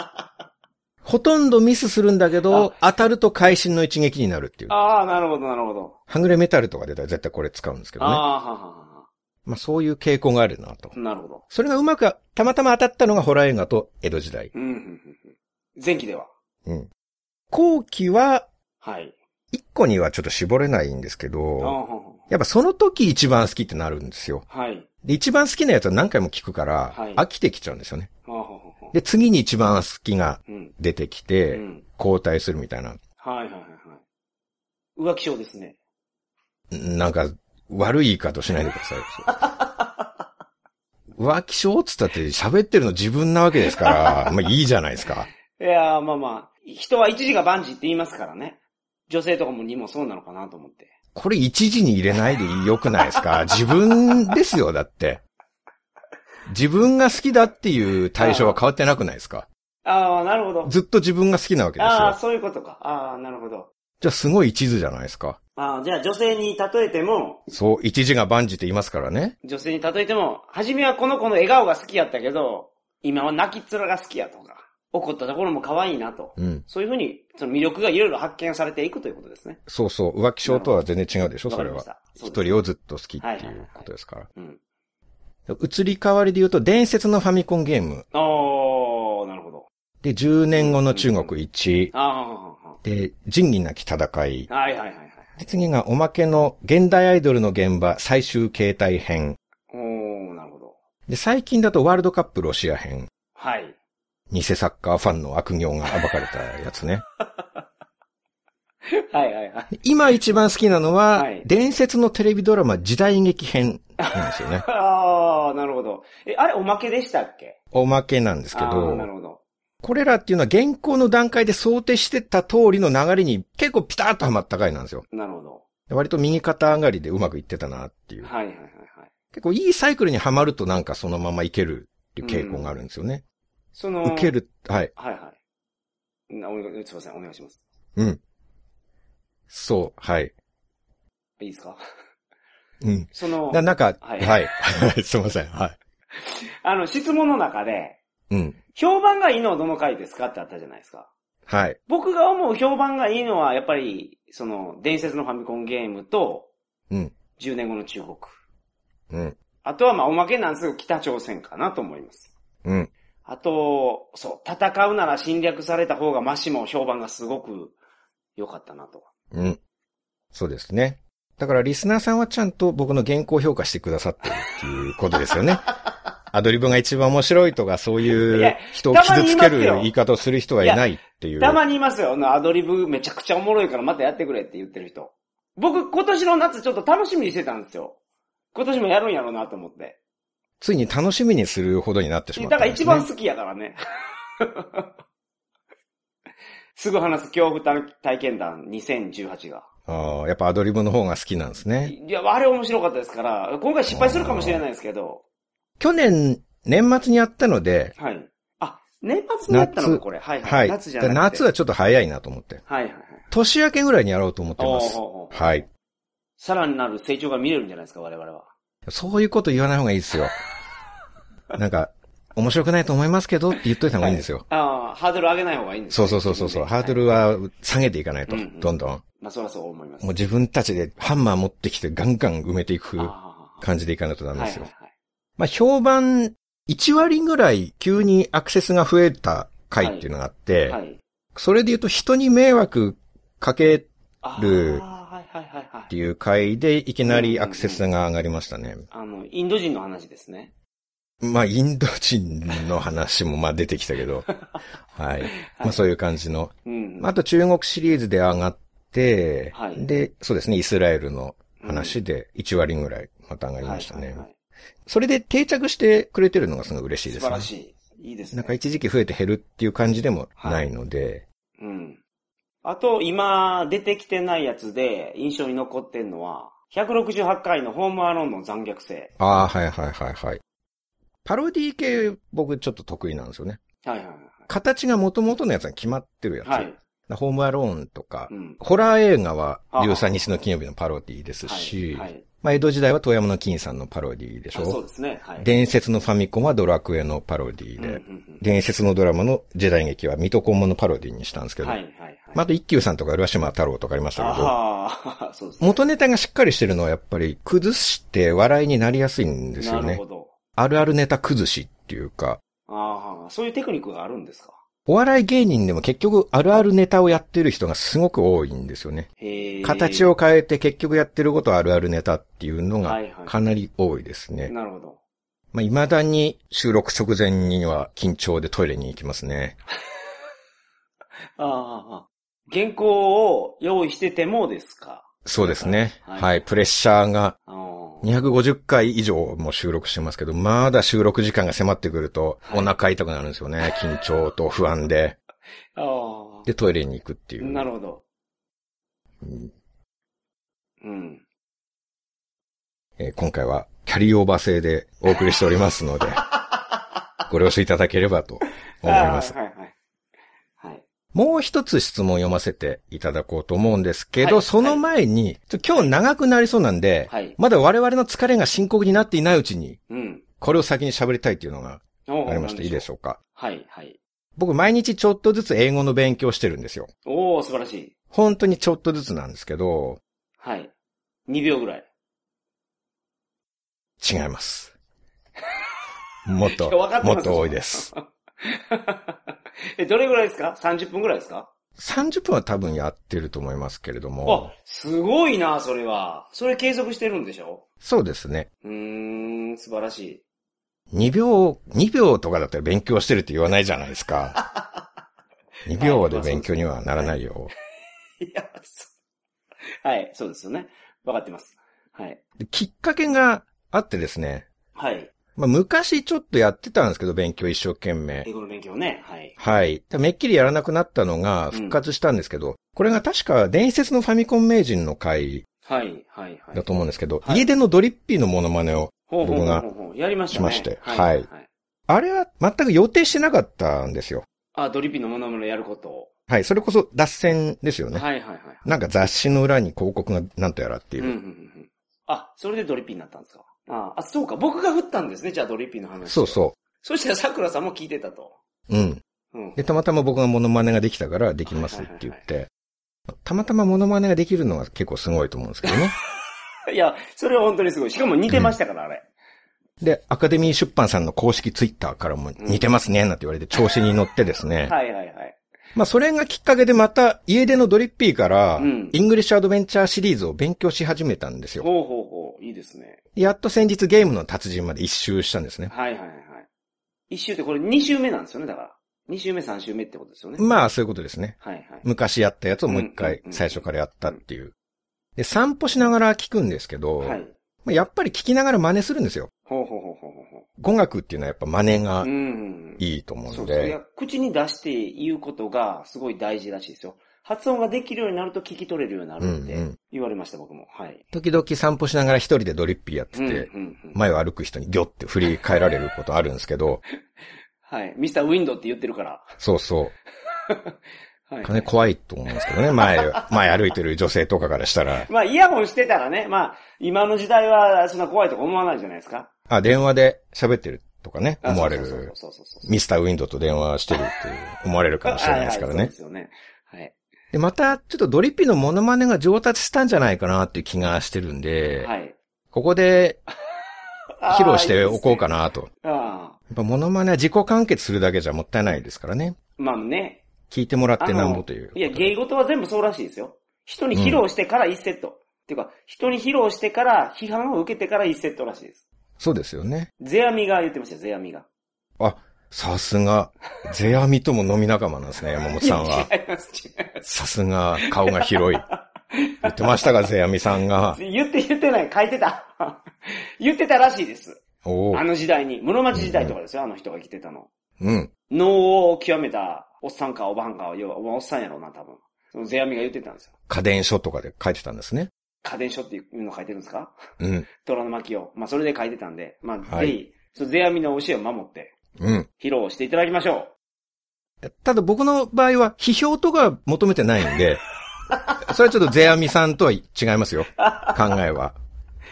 [SPEAKER 2] ほとんどミスするんだけど、当たると会心の一撃になるっていう。
[SPEAKER 1] ああ、なるほどなるほど。
[SPEAKER 2] はぐれメタルとか出たら絶対これ使うんですけど
[SPEAKER 1] ああ
[SPEAKER 2] ね。
[SPEAKER 1] ー、はははは
[SPEAKER 2] まあそういう傾向があるなと。
[SPEAKER 1] なるほど。
[SPEAKER 2] それがうまく、たまたま当たったのがホラー映画と江戸時代。
[SPEAKER 1] うんうんうんうん。前期では。
[SPEAKER 2] うん。後期は、
[SPEAKER 1] はい。
[SPEAKER 2] 一個にはちょっと絞れないんですけ
[SPEAKER 1] あー
[SPEAKER 2] ど、
[SPEAKER 1] はは
[SPEAKER 2] やっぱその時一番好きってなるんですよ。
[SPEAKER 1] はい。
[SPEAKER 2] で、一番好きなやつは何回も聞くから、
[SPEAKER 1] はい
[SPEAKER 2] 飽きてきちゃうんですよね。
[SPEAKER 1] あーはははは
[SPEAKER 2] で、次に一番好きが
[SPEAKER 1] うん。
[SPEAKER 2] 出てき
[SPEAKER 1] う
[SPEAKER 2] て、
[SPEAKER 1] ん。
[SPEAKER 2] 交代するみたいな。
[SPEAKER 1] はいはいはいはい。浮気症ですね。
[SPEAKER 2] なんか、悪い言い方しないでください。浮気症っつったって喋ってるの自分なわけですから、まあいいじゃないですか。
[SPEAKER 1] いやー、まあまあ、人は一時が万事って言いますからね。女性とかもにもそうなのかなと思って。
[SPEAKER 2] これ一時に入れないでよくないですか自分ですよ、だって。自分が好きだっていう対象は変わってなくないですか
[SPEAKER 1] ああ、なるほど。
[SPEAKER 2] ずっと自分が好きなわけです
[SPEAKER 1] ああ、
[SPEAKER 2] よ。
[SPEAKER 1] そういうことか。ああ、なるほど。
[SPEAKER 2] じゃあすごい一途じゃないですか。
[SPEAKER 1] ああ、じゃあ女性に例えても、
[SPEAKER 2] そう、一時が万事って言いますからね。
[SPEAKER 1] 女性に例えても、初めはこの子の笑顔が好きやったけど、今は泣きっ面が好きやとか、怒ったところも可愛いなと。
[SPEAKER 2] うん。
[SPEAKER 1] そういうふうに、その魅力がいろいろ発見されていくということですね。
[SPEAKER 2] そうそう、浮気症とは全然違うでしょ、
[SPEAKER 1] わ
[SPEAKER 2] そ
[SPEAKER 1] か
[SPEAKER 2] れ
[SPEAKER 1] りまし
[SPEAKER 2] は。
[SPEAKER 1] た。そうです
[SPEAKER 2] 一人をずっと好きっていうことですから。
[SPEAKER 1] うん。
[SPEAKER 2] 移り変わりで言うと、伝説のファミコンゲーム。
[SPEAKER 1] おー、なるほど。
[SPEAKER 2] で、10年後の中国1。
[SPEAKER 1] あ
[SPEAKER 2] で、仁義なき戦い。
[SPEAKER 1] あ、はいはいはいはい。
[SPEAKER 2] で、次がおまけの現代アイドルの現場最終形態編。
[SPEAKER 1] おー、なるほど。
[SPEAKER 2] で、最近だとワールドカップロシア編。
[SPEAKER 1] はい。
[SPEAKER 2] 偽サッカーファンの悪行が暴かれたやつね。
[SPEAKER 1] はいはいはい。
[SPEAKER 2] 今一番好きなのは、
[SPEAKER 1] はい。
[SPEAKER 2] 伝説のテレビドラマ時代劇編なんですよね
[SPEAKER 1] ああ、なるほど。え、あれおまけでしたっけ
[SPEAKER 2] おまけなんですけ
[SPEAKER 1] あーな
[SPEAKER 2] ど、
[SPEAKER 1] るほど。
[SPEAKER 2] これらっていうのは現行の段階で想定してた通りの流れに結構ピタッとはまった回なんですよ。
[SPEAKER 1] なるほど。
[SPEAKER 2] 割と右肩上がりでうまくいってたなっていう。
[SPEAKER 1] はいはいはいはい。
[SPEAKER 2] 結構いいサイクルにはまるとなんかそのままいけるっていう傾向があるんですよね。
[SPEAKER 1] その、
[SPEAKER 2] 受け。る、はい。
[SPEAKER 1] はいはい。なお願いすいません、お願いします。
[SPEAKER 2] うん。そう、はい。
[SPEAKER 1] いいですか
[SPEAKER 2] うん。
[SPEAKER 1] その、
[SPEAKER 2] ななんか、
[SPEAKER 1] は
[SPEAKER 2] はいい。はい、 すいません、はい。
[SPEAKER 1] あの、質問の中で、
[SPEAKER 2] うん。
[SPEAKER 1] 評判がいいのはどの回ですかってあったじゃないですか。
[SPEAKER 2] はい。
[SPEAKER 1] 僕が思う評判がいいのは、やっぱり、その、伝説のファミコンゲームと、
[SPEAKER 2] うん。
[SPEAKER 1] 10年後の中国。
[SPEAKER 2] うん。
[SPEAKER 1] あとは、まあ、おまけなんですけど、北朝鮮かなと思います。
[SPEAKER 2] うん。
[SPEAKER 1] あと、そう、戦うなら侵略された方がマシも評判がすごく良かったなと。
[SPEAKER 2] うん。そうですね。だからリスナーさんはちゃんと僕の原稿評価してくださってるっていうことです よね。アドリブが一番面白いとか、そう
[SPEAKER 1] い
[SPEAKER 2] い
[SPEAKER 1] や
[SPEAKER 2] う人を
[SPEAKER 1] たま
[SPEAKER 2] 傷つける
[SPEAKER 1] にいますよ
[SPEAKER 2] 言い方をする人はいないっていう。
[SPEAKER 1] たまにいますよ。あのアドリブめちゃくちゃおもろいからまたやってくれって言ってる人。僕、今年の夏ちょっと楽しみにしてたんですよ。今年もやるんやろうなと思って。
[SPEAKER 2] ついに楽しみにするほどになってしまっ
[SPEAKER 1] だ
[SPEAKER 2] たん
[SPEAKER 1] から
[SPEAKER 2] です
[SPEAKER 1] 一
[SPEAKER 2] ね、
[SPEAKER 1] 番好きやからね。 すぐ話す恐怖体験談2018が。
[SPEAKER 2] ああ、やっぱアドリブの方が好きなんですね。
[SPEAKER 1] いや、あれ面白かったですから、今回失敗するかもしれないですけど。
[SPEAKER 2] 去年、年末にやったので、
[SPEAKER 1] はい。あ、年末にやったの
[SPEAKER 2] 夏
[SPEAKER 1] か、これ。はい、
[SPEAKER 2] はい。
[SPEAKER 1] 夏じゃなくて。
[SPEAKER 2] 夏はちょっと早いなと思って。
[SPEAKER 1] はいはいはい。
[SPEAKER 2] 年明けぐらいにやろうと思って
[SPEAKER 1] お
[SPEAKER 2] ま
[SPEAKER 1] う
[SPEAKER 2] す。
[SPEAKER 1] おうおう
[SPEAKER 2] はい。
[SPEAKER 1] さらになる成長が見れるんじゃないですか、我々は。
[SPEAKER 2] そういうこと言わない方がいいで すよ。なんか、面白くないと思いますけどって言っといた方がいいんですよ。
[SPEAKER 1] ああ、ハードル上げない方がいいんです
[SPEAKER 2] そ
[SPEAKER 1] ね
[SPEAKER 2] うそうそうそうそう。
[SPEAKER 1] 自分
[SPEAKER 2] ハー
[SPEAKER 1] で
[SPEAKER 2] ドルは下げていかないと、
[SPEAKER 1] うんうん
[SPEAKER 2] どんどん。も
[SPEAKER 1] まあ、そりゃそう思います。
[SPEAKER 2] う自分たちでハンマー持ってきてガンガン埋めていく
[SPEAKER 1] ああ
[SPEAKER 2] 感じでいかないとダメですよ。
[SPEAKER 1] はいはいはい
[SPEAKER 2] まあ、評判、1割ぐらい急にアクセスが増えた回っていうのがあって、
[SPEAKER 1] はい。
[SPEAKER 2] それで言うと人に迷惑かけっ
[SPEAKER 1] ああ
[SPEAKER 2] ル
[SPEAKER 1] はいはいはいは
[SPEAKER 2] て
[SPEAKER 1] い。
[SPEAKER 2] いう回でいきなりアクセスが上がりましたね。
[SPEAKER 1] あの、インド人の話ですね。
[SPEAKER 2] まあ、インド人の話もまあ出てきた けど、はい。まあ、そういう感じの。
[SPEAKER 1] うん。
[SPEAKER 2] あと中国シリーズで上がって、
[SPEAKER 1] はい
[SPEAKER 2] で、そうですね、イスラエルの話で1割ぐらいまた上が
[SPEAKER 1] あ
[SPEAKER 2] りましたね。
[SPEAKER 1] はい
[SPEAKER 2] それで定着してくれてるのがすごい嬉しい
[SPEAKER 1] 素
[SPEAKER 2] です
[SPEAKER 1] 晴
[SPEAKER 2] ね。
[SPEAKER 1] らしい。いいですね。
[SPEAKER 2] なんか一時期増えて減るっていう感じでもないので、
[SPEAKER 1] うん。あと、今、出てきてないやつで、印象に残ってんのは、168回のホームアローンの残虐性。
[SPEAKER 2] ああ、はいはいはいはい。パロディ系僕ちょっと得意なんですよね。
[SPEAKER 1] はいはいはい
[SPEAKER 2] 形が元々のやつが決まってるやつ。
[SPEAKER 1] はい。はい。
[SPEAKER 2] ホームアローンとか、
[SPEAKER 1] うん。
[SPEAKER 2] ホラー映画は
[SPEAKER 1] ああ
[SPEAKER 2] 13日の金曜日のパロディですし、
[SPEAKER 1] はい。はい
[SPEAKER 2] まあ江戸時代は遠山の金さんのパロディでし
[SPEAKER 1] あそう
[SPEAKER 2] ょ
[SPEAKER 1] ですね。はい。
[SPEAKER 2] 伝説のファミコンはドラクエのパロディ
[SPEAKER 1] うんう
[SPEAKER 2] で、
[SPEAKER 1] んうん
[SPEAKER 2] 伝説のドラマの時代劇は水戸黄門のパロディにしたんですけど、
[SPEAKER 1] はいはいはい。
[SPEAKER 2] まあ、あと一休さんとか浦島太郎とかありましたけど、
[SPEAKER 1] ああ、そうですね。
[SPEAKER 2] 元ネタがしっかりしてるのはやっぱり崩して笑いになりやすいんですよ
[SPEAKER 1] なる
[SPEAKER 2] ね
[SPEAKER 1] ほ。ど。
[SPEAKER 2] あるあるネタ崩しっていうか、
[SPEAKER 1] ああ、そういうテクニックがあるんですか。
[SPEAKER 2] お笑い芸人でも結局あるあるネタをやってる人がすごく多いんですよね。
[SPEAKER 1] へえ。
[SPEAKER 2] 形を変えて結局やってることはあるあるネタっていうの
[SPEAKER 1] は
[SPEAKER 2] が
[SPEAKER 1] いはい
[SPEAKER 2] かなり多いですね。
[SPEAKER 1] なるほど。
[SPEAKER 2] まあ、未だに収録直前には緊張でトイレに行きますね。
[SPEAKER 1] ああああ、原稿を用意しててもですか。
[SPEAKER 2] そうですね。
[SPEAKER 1] は
[SPEAKER 2] はいい、プレッシャーが
[SPEAKER 1] ああ
[SPEAKER 2] 250回以上も収録してますけど、まだ収録時間が迫ってくると
[SPEAKER 1] はい
[SPEAKER 2] お腹痛くなるんですよね。緊張と不安で。
[SPEAKER 1] ああ
[SPEAKER 2] で、トイレに行くっていう。
[SPEAKER 1] なるほど。
[SPEAKER 2] うん
[SPEAKER 1] うん。
[SPEAKER 2] えー今回はキャリーオーバー制でお送りしておりま すので、ご了承いただければと思います。
[SPEAKER 1] ああはいはい。はい。
[SPEAKER 2] もう一つ質問を読ませていただこうと思うんですけど、
[SPEAKER 1] はい
[SPEAKER 2] その前に、ちょ今日長くなりそうなんで、
[SPEAKER 1] はい
[SPEAKER 2] まだ我々の疲れが深刻になっていないうちに、
[SPEAKER 1] うん。
[SPEAKER 2] これを先に喋りたいというのが
[SPEAKER 1] おー
[SPEAKER 2] ありました。いいでし
[SPEAKER 1] ょ
[SPEAKER 2] ょうか。
[SPEAKER 1] う。はい、はい。
[SPEAKER 2] 僕、毎日ちょっとずつ英語の勉強してるんですよ。
[SPEAKER 1] おー、素晴らしい。
[SPEAKER 2] 本当にちょっとずつなんですけど、
[SPEAKER 1] はい。2秒ぐらい。
[SPEAKER 2] 違い ます。もっと、
[SPEAKER 1] いや分かってます
[SPEAKER 2] もっと多いです。
[SPEAKER 1] え、どれぐらいですか ?30 分ぐらいですか
[SPEAKER 2] 30分は多分やってると思いますけれども
[SPEAKER 1] あ、、すごいな、それは。それ継続してるんでしょ
[SPEAKER 2] そうですね。
[SPEAKER 1] うーん、素晴らしい。
[SPEAKER 2] 2秒、2秒とかだったら勉強してるって言わないじゃないですか。2秒で勉強にはならないよ。
[SPEAKER 1] い や、そう。はい、そうですよね。わかってます。はい。
[SPEAKER 2] できっかけがあってですね。
[SPEAKER 1] はい。
[SPEAKER 2] まあ、昔ちょっとやってたんですけど、勉強一生懸命
[SPEAKER 1] 英。語の勉強ね。はい。
[SPEAKER 2] はい。めっきりやらなくなったのが復活したんですけど、これが確か伝説のファミコン名人の回
[SPEAKER 1] はい、はい、はい。
[SPEAKER 2] だと思うんですけど、
[SPEAKER 1] はい
[SPEAKER 2] 家でのドリッピーのモノマネを、
[SPEAKER 1] ほうほうほ
[SPEAKER 2] 僕
[SPEAKER 1] う
[SPEAKER 2] が
[SPEAKER 1] ほうほう。やりましたね。
[SPEAKER 2] しまして
[SPEAKER 1] はい。
[SPEAKER 2] はいあれは全く予定してなかったんですよ。
[SPEAKER 1] あ、ドリピのモノマネやることを。
[SPEAKER 2] はい。それこそ脱線ですよね。
[SPEAKER 1] はい、はい、はい。
[SPEAKER 2] なんか雑誌の裏に広告がなんとやらってい
[SPEAKER 1] うん、
[SPEAKER 2] う。
[SPEAKER 1] うん、うんうん。あ、それでドリピになったんですか。あ、あそうか。僕が振ったんですね。じゃあドリピの話。
[SPEAKER 2] そう
[SPEAKER 1] う。
[SPEAKER 2] そ
[SPEAKER 1] そしたら桜さんも聞いてたと。
[SPEAKER 2] う。うん。
[SPEAKER 1] うん。
[SPEAKER 2] で、たまたま僕がモノマネができたからできますって言って、たまたまモノマネができるのが結構すごいと思うんですけど ね。
[SPEAKER 1] いや、それは本当にすごい。しかも似てましたから、あれ。
[SPEAKER 2] で、アカデミー出版さんの公式ツイッターからも似てますね、なんて言われて調子に乗ってですね。
[SPEAKER 1] はいはいはい。
[SPEAKER 2] まあそれがきっかけでまた家でのドリッピーから
[SPEAKER 1] うん、
[SPEAKER 2] イングリッシュアドベンチャーシリーズを勉強し始めたんですよ。
[SPEAKER 1] ほうほうほう。いいですね。
[SPEAKER 2] やっと先日ゲームの達人まで一周したんですね。
[SPEAKER 1] はいはいはい。一周ってこれ二周目なんですよね、だから。二周目三周目ってことですよね。
[SPEAKER 2] まあそういうことですね。
[SPEAKER 1] はいはい。
[SPEAKER 2] 昔やったやつをもう一
[SPEAKER 1] うんうん
[SPEAKER 2] 回
[SPEAKER 1] うんうん
[SPEAKER 2] 最初からやったっていう。で、散歩しながら聞くんですけど、
[SPEAKER 1] はい。
[SPEAKER 2] まあやっぱり聞きながら真似するんですよ。
[SPEAKER 1] ほうほうほうほうほうほ
[SPEAKER 2] 語学っていうのはやっぱ真
[SPEAKER 1] う。
[SPEAKER 2] 似が
[SPEAKER 1] うん。
[SPEAKER 2] いいと思う
[SPEAKER 1] そ
[SPEAKER 2] の
[SPEAKER 1] うそう。いや
[SPEAKER 2] で、
[SPEAKER 1] 口に出して言うことがすごい大事らしいですよ。発音ができるようになると聞き取れるようになるっ
[SPEAKER 2] うんう
[SPEAKER 1] て
[SPEAKER 2] ん
[SPEAKER 1] 言われました、僕も。はい。
[SPEAKER 2] 時々散歩しながら一人でドリッピーやって
[SPEAKER 1] うんうん
[SPEAKER 2] て、
[SPEAKER 1] うん
[SPEAKER 2] 前を歩く人にギョって振り返られることあるんです けど、
[SPEAKER 1] はい。ミスターウィンドウって言ってるから。
[SPEAKER 2] そうそう。
[SPEAKER 1] はい。
[SPEAKER 2] かね怖いと思うんですけどね、前、前歩いてる女性とかからしたら、
[SPEAKER 1] まあ、イヤホンしてたらね、まあ、今の時代はそんな怖いとか思わないじゃないですか。
[SPEAKER 2] あ、電話で喋ってるとかね、
[SPEAKER 1] あ
[SPEAKER 2] 思われ
[SPEAKER 1] そう
[SPEAKER 2] る。
[SPEAKER 1] そうそうそうそう
[SPEAKER 2] ミスターウィンドウと電話してるっていう思われるかもしれないですから
[SPEAKER 1] はは
[SPEAKER 2] ね
[SPEAKER 1] そうで。すよね。はい。
[SPEAKER 2] で、また、ちょっとドリッピーのモノマネが上達したんじゃないかなっていう気がしてるんで、
[SPEAKER 1] はい。
[SPEAKER 2] ここで披露しておこうか
[SPEAKER 1] な。
[SPEAKER 2] なと。
[SPEAKER 1] あ
[SPEAKER 2] やっぱモノマネは自己完結するだけじゃもったいないですからね。
[SPEAKER 1] ーまあね。
[SPEAKER 2] 聞いてもらっ
[SPEAKER 1] あ
[SPEAKER 2] てなんぼという。
[SPEAKER 1] いや、芸事は全部そうらしいですよ。人に披露してから1セット。っていうか、人に披露してから、批判を受けてから1セットらしいです。
[SPEAKER 2] そうですよね。
[SPEAKER 1] ゼアミが言ってましたよ、ゼアミが。
[SPEAKER 2] あ、さすが、ゼアミとも飲み仲間なんですね、山本さん
[SPEAKER 1] いや
[SPEAKER 2] は。
[SPEAKER 1] 違います、違います。
[SPEAKER 2] さすが、顔が広い。言ってましたが、ゼアミさんが。
[SPEAKER 1] 言って言ってない、書いてた。 言ってたらしいです。
[SPEAKER 2] おお
[SPEAKER 1] あ、の時代に。室町時代とかですよ、あの人が生きてたの。
[SPEAKER 2] うん。
[SPEAKER 1] 能を極めたおっさんかおばんかは、要はおっさんやろうな、多分。そのゼアミが言ってたんですよ。
[SPEAKER 2] 家電書とかで書いてたんですね。
[SPEAKER 1] 家電書っていうの書いてるんですか
[SPEAKER 2] うん。
[SPEAKER 1] 虎の巻を。まあ、それで書いてたんで、まあ、
[SPEAKER 2] はい
[SPEAKER 1] ぜひ、その世阿弥の教えを守って、
[SPEAKER 2] うん。
[SPEAKER 1] 披露していただきましょ
[SPEAKER 2] ただ僕の場合は、批評とか求めてないん で、それはちょっとゼアミさんとは違いますよ。考えは。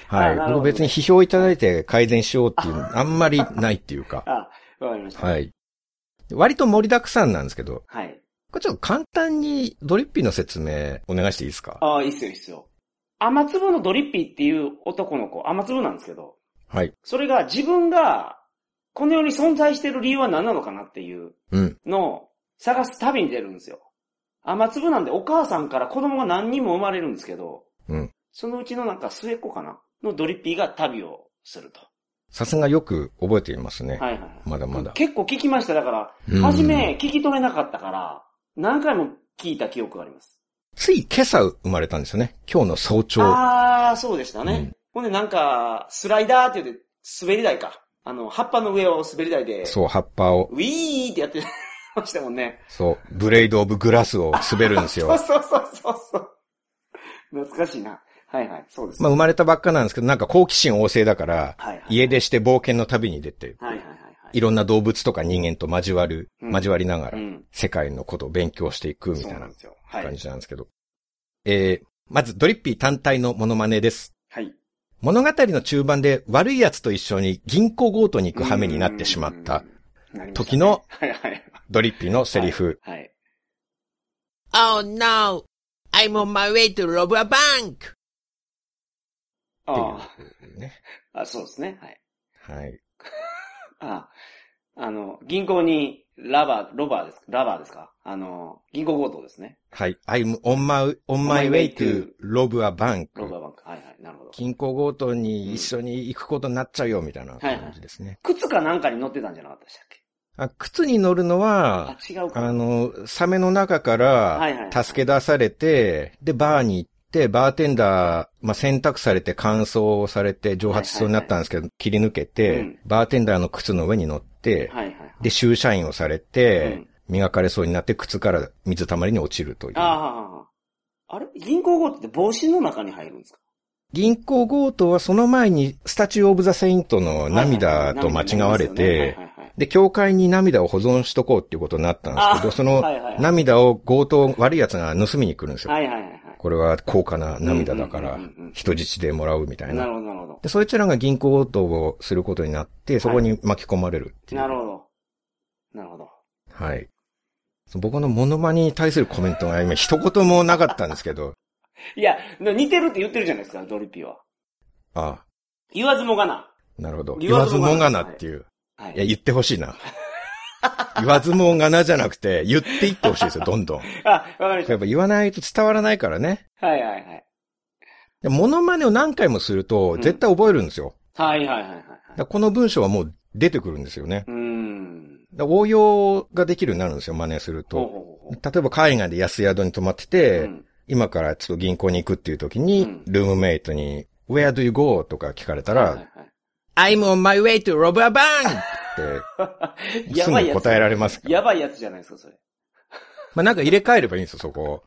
[SPEAKER 2] は
[SPEAKER 1] あな
[SPEAKER 2] い。
[SPEAKER 1] るほど
[SPEAKER 2] 僕別に批評いただいて改善しようっていうの、あんまりないっていう
[SPEAKER 1] う。
[SPEAKER 2] か。
[SPEAKER 1] あ、わかりました。
[SPEAKER 2] はい。割と盛りだくさんなんですけど、
[SPEAKER 1] はい。
[SPEAKER 2] これちょっと簡単にドリッピーの説明お願いしていいですか
[SPEAKER 1] ああ、いいっすよ、いいっすよ。雨粒のドリッピーっていう男の子、雨粒なんですけど、
[SPEAKER 2] はい。
[SPEAKER 1] それが自分が、この世に存在してる理由は何なのかなっていう
[SPEAKER 2] うん。
[SPEAKER 1] のを探す旅に出るんですよ。雨粒なんでお母さんから子供が何人も生まれるんですけど、
[SPEAKER 2] うん
[SPEAKER 1] そのうちのなんか末っ子かなのドリッピーが旅をすると。
[SPEAKER 2] さすがよく覚えていますね。
[SPEAKER 1] はいはいはい。
[SPEAKER 2] まだまだ。
[SPEAKER 1] 結構聞きました。だから、
[SPEAKER 2] うん
[SPEAKER 1] 初め聞き取れなかったから、何回も聞いた記憶があります。
[SPEAKER 2] つい今朝生まれたんですよね。今日の早朝。
[SPEAKER 1] あー、そうでしたね。
[SPEAKER 2] うん
[SPEAKER 1] ほんでなんか、スライダーって言って、滑り台か。あの、葉っぱの上を滑り台で、
[SPEAKER 2] そう、葉っぱを
[SPEAKER 1] ウィーってやってましたもんね。
[SPEAKER 2] そう、ブレイド・オブ・グラスを滑るんです
[SPEAKER 1] そう
[SPEAKER 2] よ。
[SPEAKER 1] そうそうそうそう。懐かしいな。はいはい、そうです。
[SPEAKER 2] まあ生まれたばっかなんですけど、なんか好奇心旺盛だから、
[SPEAKER 1] はいはい。
[SPEAKER 2] 家出して冒険の旅に出て、
[SPEAKER 1] はいはいはいはい
[SPEAKER 2] いろんな動物とか人間と交わる、
[SPEAKER 1] うん
[SPEAKER 2] 交わりなが
[SPEAKER 1] う
[SPEAKER 2] ら、
[SPEAKER 1] ん。
[SPEAKER 2] 世界のことを勉強していくみ
[SPEAKER 1] そ
[SPEAKER 2] た
[SPEAKER 1] うな
[SPEAKER 2] いなん
[SPEAKER 1] ですよ。は
[SPEAKER 2] 感
[SPEAKER 1] い。
[SPEAKER 2] じなんですけど。えー、まずドリッピー単体のモノマネです。
[SPEAKER 1] はい。
[SPEAKER 2] 物語の中盤で悪い奴と一緒に銀行強盗に行く羽目になってしまっ
[SPEAKER 1] うん。な
[SPEAKER 2] た
[SPEAKER 1] りましたね
[SPEAKER 2] 時の
[SPEAKER 1] はいはい。
[SPEAKER 2] ドリッピーのセリフ。
[SPEAKER 1] はい。はい。
[SPEAKER 3] Oh no! I'm on my way to rob a bank!
[SPEAKER 2] っていう
[SPEAKER 1] あ
[SPEAKER 2] ね。
[SPEAKER 1] あ、あそうですね。はい。
[SPEAKER 2] はい。
[SPEAKER 1] ああ、あの、銀行に、ラバー、ロバーです。ラバーですかあの、銀行強盗ですね。
[SPEAKER 2] はい。I'm on my, on my way to rob
[SPEAKER 1] ロバーバ
[SPEAKER 2] a bank.
[SPEAKER 1] ンク。はいはい。なるほど。
[SPEAKER 2] 銀行強盗に一緒に行くことになっちゃうよ、みたいな感じですね。
[SPEAKER 1] 靴かなんかに乗ってたんじゃなかったでしたっけ
[SPEAKER 2] あ靴に乗るのは、
[SPEAKER 1] あ、違うか。
[SPEAKER 2] あの、サメの中か
[SPEAKER 1] はいはい
[SPEAKER 2] ら、助け出されて、で、バーに行って、バーテンダー、まあ、選択されて乾燥されて蒸発しそうになったんですけど、切り抜け
[SPEAKER 1] う
[SPEAKER 2] て
[SPEAKER 1] ん、
[SPEAKER 2] バーテンダーの靴の上に乗って、
[SPEAKER 1] はいはい。
[SPEAKER 2] で、修社員をされ
[SPEAKER 1] う
[SPEAKER 2] て
[SPEAKER 1] ん、
[SPEAKER 2] 磨かれそうになって、靴から水たまりに落ちるという。
[SPEAKER 1] ああ、あれ銀行強盗って帽子の中に入るんですか
[SPEAKER 2] 銀行強盗はその前に、スタチュー・オブ・ザ・セイントの涙と間違われて、
[SPEAKER 1] はいはい
[SPEAKER 2] で、教会に涙を保存しとこうっていうことになったんですけど、
[SPEAKER 1] あ
[SPEAKER 2] その
[SPEAKER 1] はいはいはい
[SPEAKER 2] 涙を強盗、悪い奴が盗みに来るんですよ。
[SPEAKER 1] はいはいはいはい
[SPEAKER 2] これは高価な涙だか
[SPEAKER 1] うん
[SPEAKER 2] ら
[SPEAKER 1] うんうんうん、
[SPEAKER 2] 人質でもらうみた
[SPEAKER 1] はいい。なる
[SPEAKER 2] な。
[SPEAKER 1] ほどなるほど。
[SPEAKER 2] で、そいつらが銀行強盗をすることになって、そこに巻き込まれるっていう。
[SPEAKER 1] なるほど。なるほど。
[SPEAKER 2] はい。僕のモノマネに対するコメントが今一言もなかったんですけど、
[SPEAKER 1] いや、でも似てるって言ってるじゃないですか、ドリッピーは。
[SPEAKER 2] あ
[SPEAKER 1] 言わずもがな。
[SPEAKER 2] あ、なるほど。
[SPEAKER 1] 言
[SPEAKER 2] 言
[SPEAKER 1] わ
[SPEAKER 2] わ
[SPEAKER 1] ず
[SPEAKER 2] ず
[SPEAKER 1] もがな
[SPEAKER 2] もがなっていう。
[SPEAKER 1] はい
[SPEAKER 2] いや、言ってほしい な。言わずもがなじゃなくて、言っていってほしいですよ、どんどん。
[SPEAKER 1] あ、わかりまし
[SPEAKER 2] やっぱ言わないと伝わらないからね。
[SPEAKER 1] た。はいはいはい。
[SPEAKER 2] でモノマネを何回もすると、
[SPEAKER 1] ん
[SPEAKER 2] 絶対覚えるんですよ。
[SPEAKER 1] はいはいはいはい。
[SPEAKER 2] だからこの文章はもう出てくるんですよね。
[SPEAKER 1] うーん。
[SPEAKER 2] だから応用ができるようになるんですよ、真似する
[SPEAKER 1] ほうほう
[SPEAKER 2] と。
[SPEAKER 1] ほうほ
[SPEAKER 2] 例えば海外で安宿に泊まって
[SPEAKER 1] う。
[SPEAKER 2] て、
[SPEAKER 1] うん
[SPEAKER 2] 今からちょっと銀行に行くっていう時に、
[SPEAKER 1] うん
[SPEAKER 2] ルームメイトに、Where do you go? とか聞かれたら、
[SPEAKER 1] はいはいはい
[SPEAKER 3] I'm on my way to rob a bank!
[SPEAKER 2] って、
[SPEAKER 1] や
[SPEAKER 2] す
[SPEAKER 1] ばいや
[SPEAKER 2] ぐ
[SPEAKER 1] つ
[SPEAKER 2] 答えられますから。
[SPEAKER 1] やばいやつじゃないですか、それ。
[SPEAKER 2] まあなんか入れ替えればいいんですよ、そこ。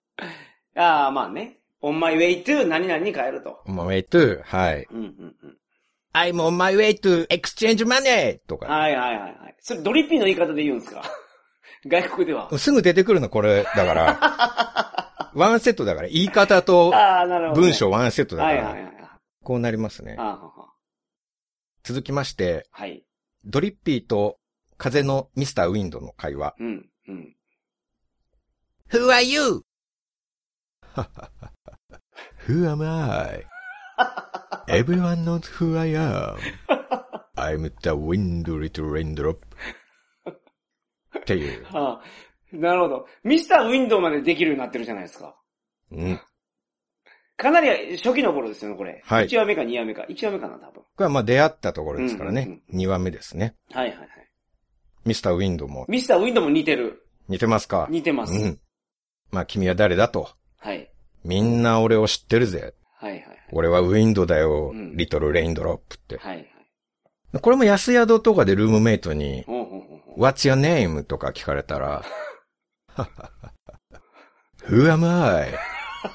[SPEAKER 1] ああ、まあね。on my way to 何々に変えると。
[SPEAKER 2] まあ、wait to, はい。
[SPEAKER 1] うんうんうん。
[SPEAKER 3] I'm on my way to
[SPEAKER 2] exchange money! とか。
[SPEAKER 1] はいはいはいはい。それドリッピーの言い方で言うんですか 外国では。
[SPEAKER 2] すぐ出てくるの、これ、だから。 ワンセットだから、言い方と
[SPEAKER 1] ああ、なるほど、ね。
[SPEAKER 2] 文章ワンセットだか
[SPEAKER 1] はいはいはい
[SPEAKER 2] ら、
[SPEAKER 1] はい。
[SPEAKER 2] こうなりますね
[SPEAKER 1] あ。あはは
[SPEAKER 2] 続きまして、
[SPEAKER 1] はい。
[SPEAKER 2] ドリッピーと風のミスターウィンドの会話。
[SPEAKER 1] うん、うん。
[SPEAKER 3] Who are you?
[SPEAKER 2] Who am I? Everyone knows who I am. I'm the wind little raindrop. っていう。
[SPEAKER 1] はあ、なるほど。ミスターウィンドウまでできるようになってるじゃないですか。
[SPEAKER 2] うん。こ
[SPEAKER 1] かなり初期の頃ですよね、これ。
[SPEAKER 2] はい
[SPEAKER 1] 1話目か2話目か。1話目かな、多分。
[SPEAKER 2] れはまあ出会ったところですから
[SPEAKER 1] うんうん
[SPEAKER 2] ね。2話目ですね。
[SPEAKER 1] はいはいはい。
[SPEAKER 2] ミスターウィンドも
[SPEAKER 1] ミスターウィンドウも似てる。
[SPEAKER 2] 似てますか
[SPEAKER 1] 似てます。
[SPEAKER 2] うん。まあ君は誰だと。
[SPEAKER 1] はい。
[SPEAKER 2] みんな俺を知ってるぜ。
[SPEAKER 1] はいはいはい。
[SPEAKER 2] 俺はウィンドだよ
[SPEAKER 1] う。ん
[SPEAKER 2] リトルレインドロップって。
[SPEAKER 1] はいはい。
[SPEAKER 2] これも安宿とかでルームメイトに、
[SPEAKER 1] ほうほうほうほう。
[SPEAKER 2] What's your name? とか聞かれたら、Who am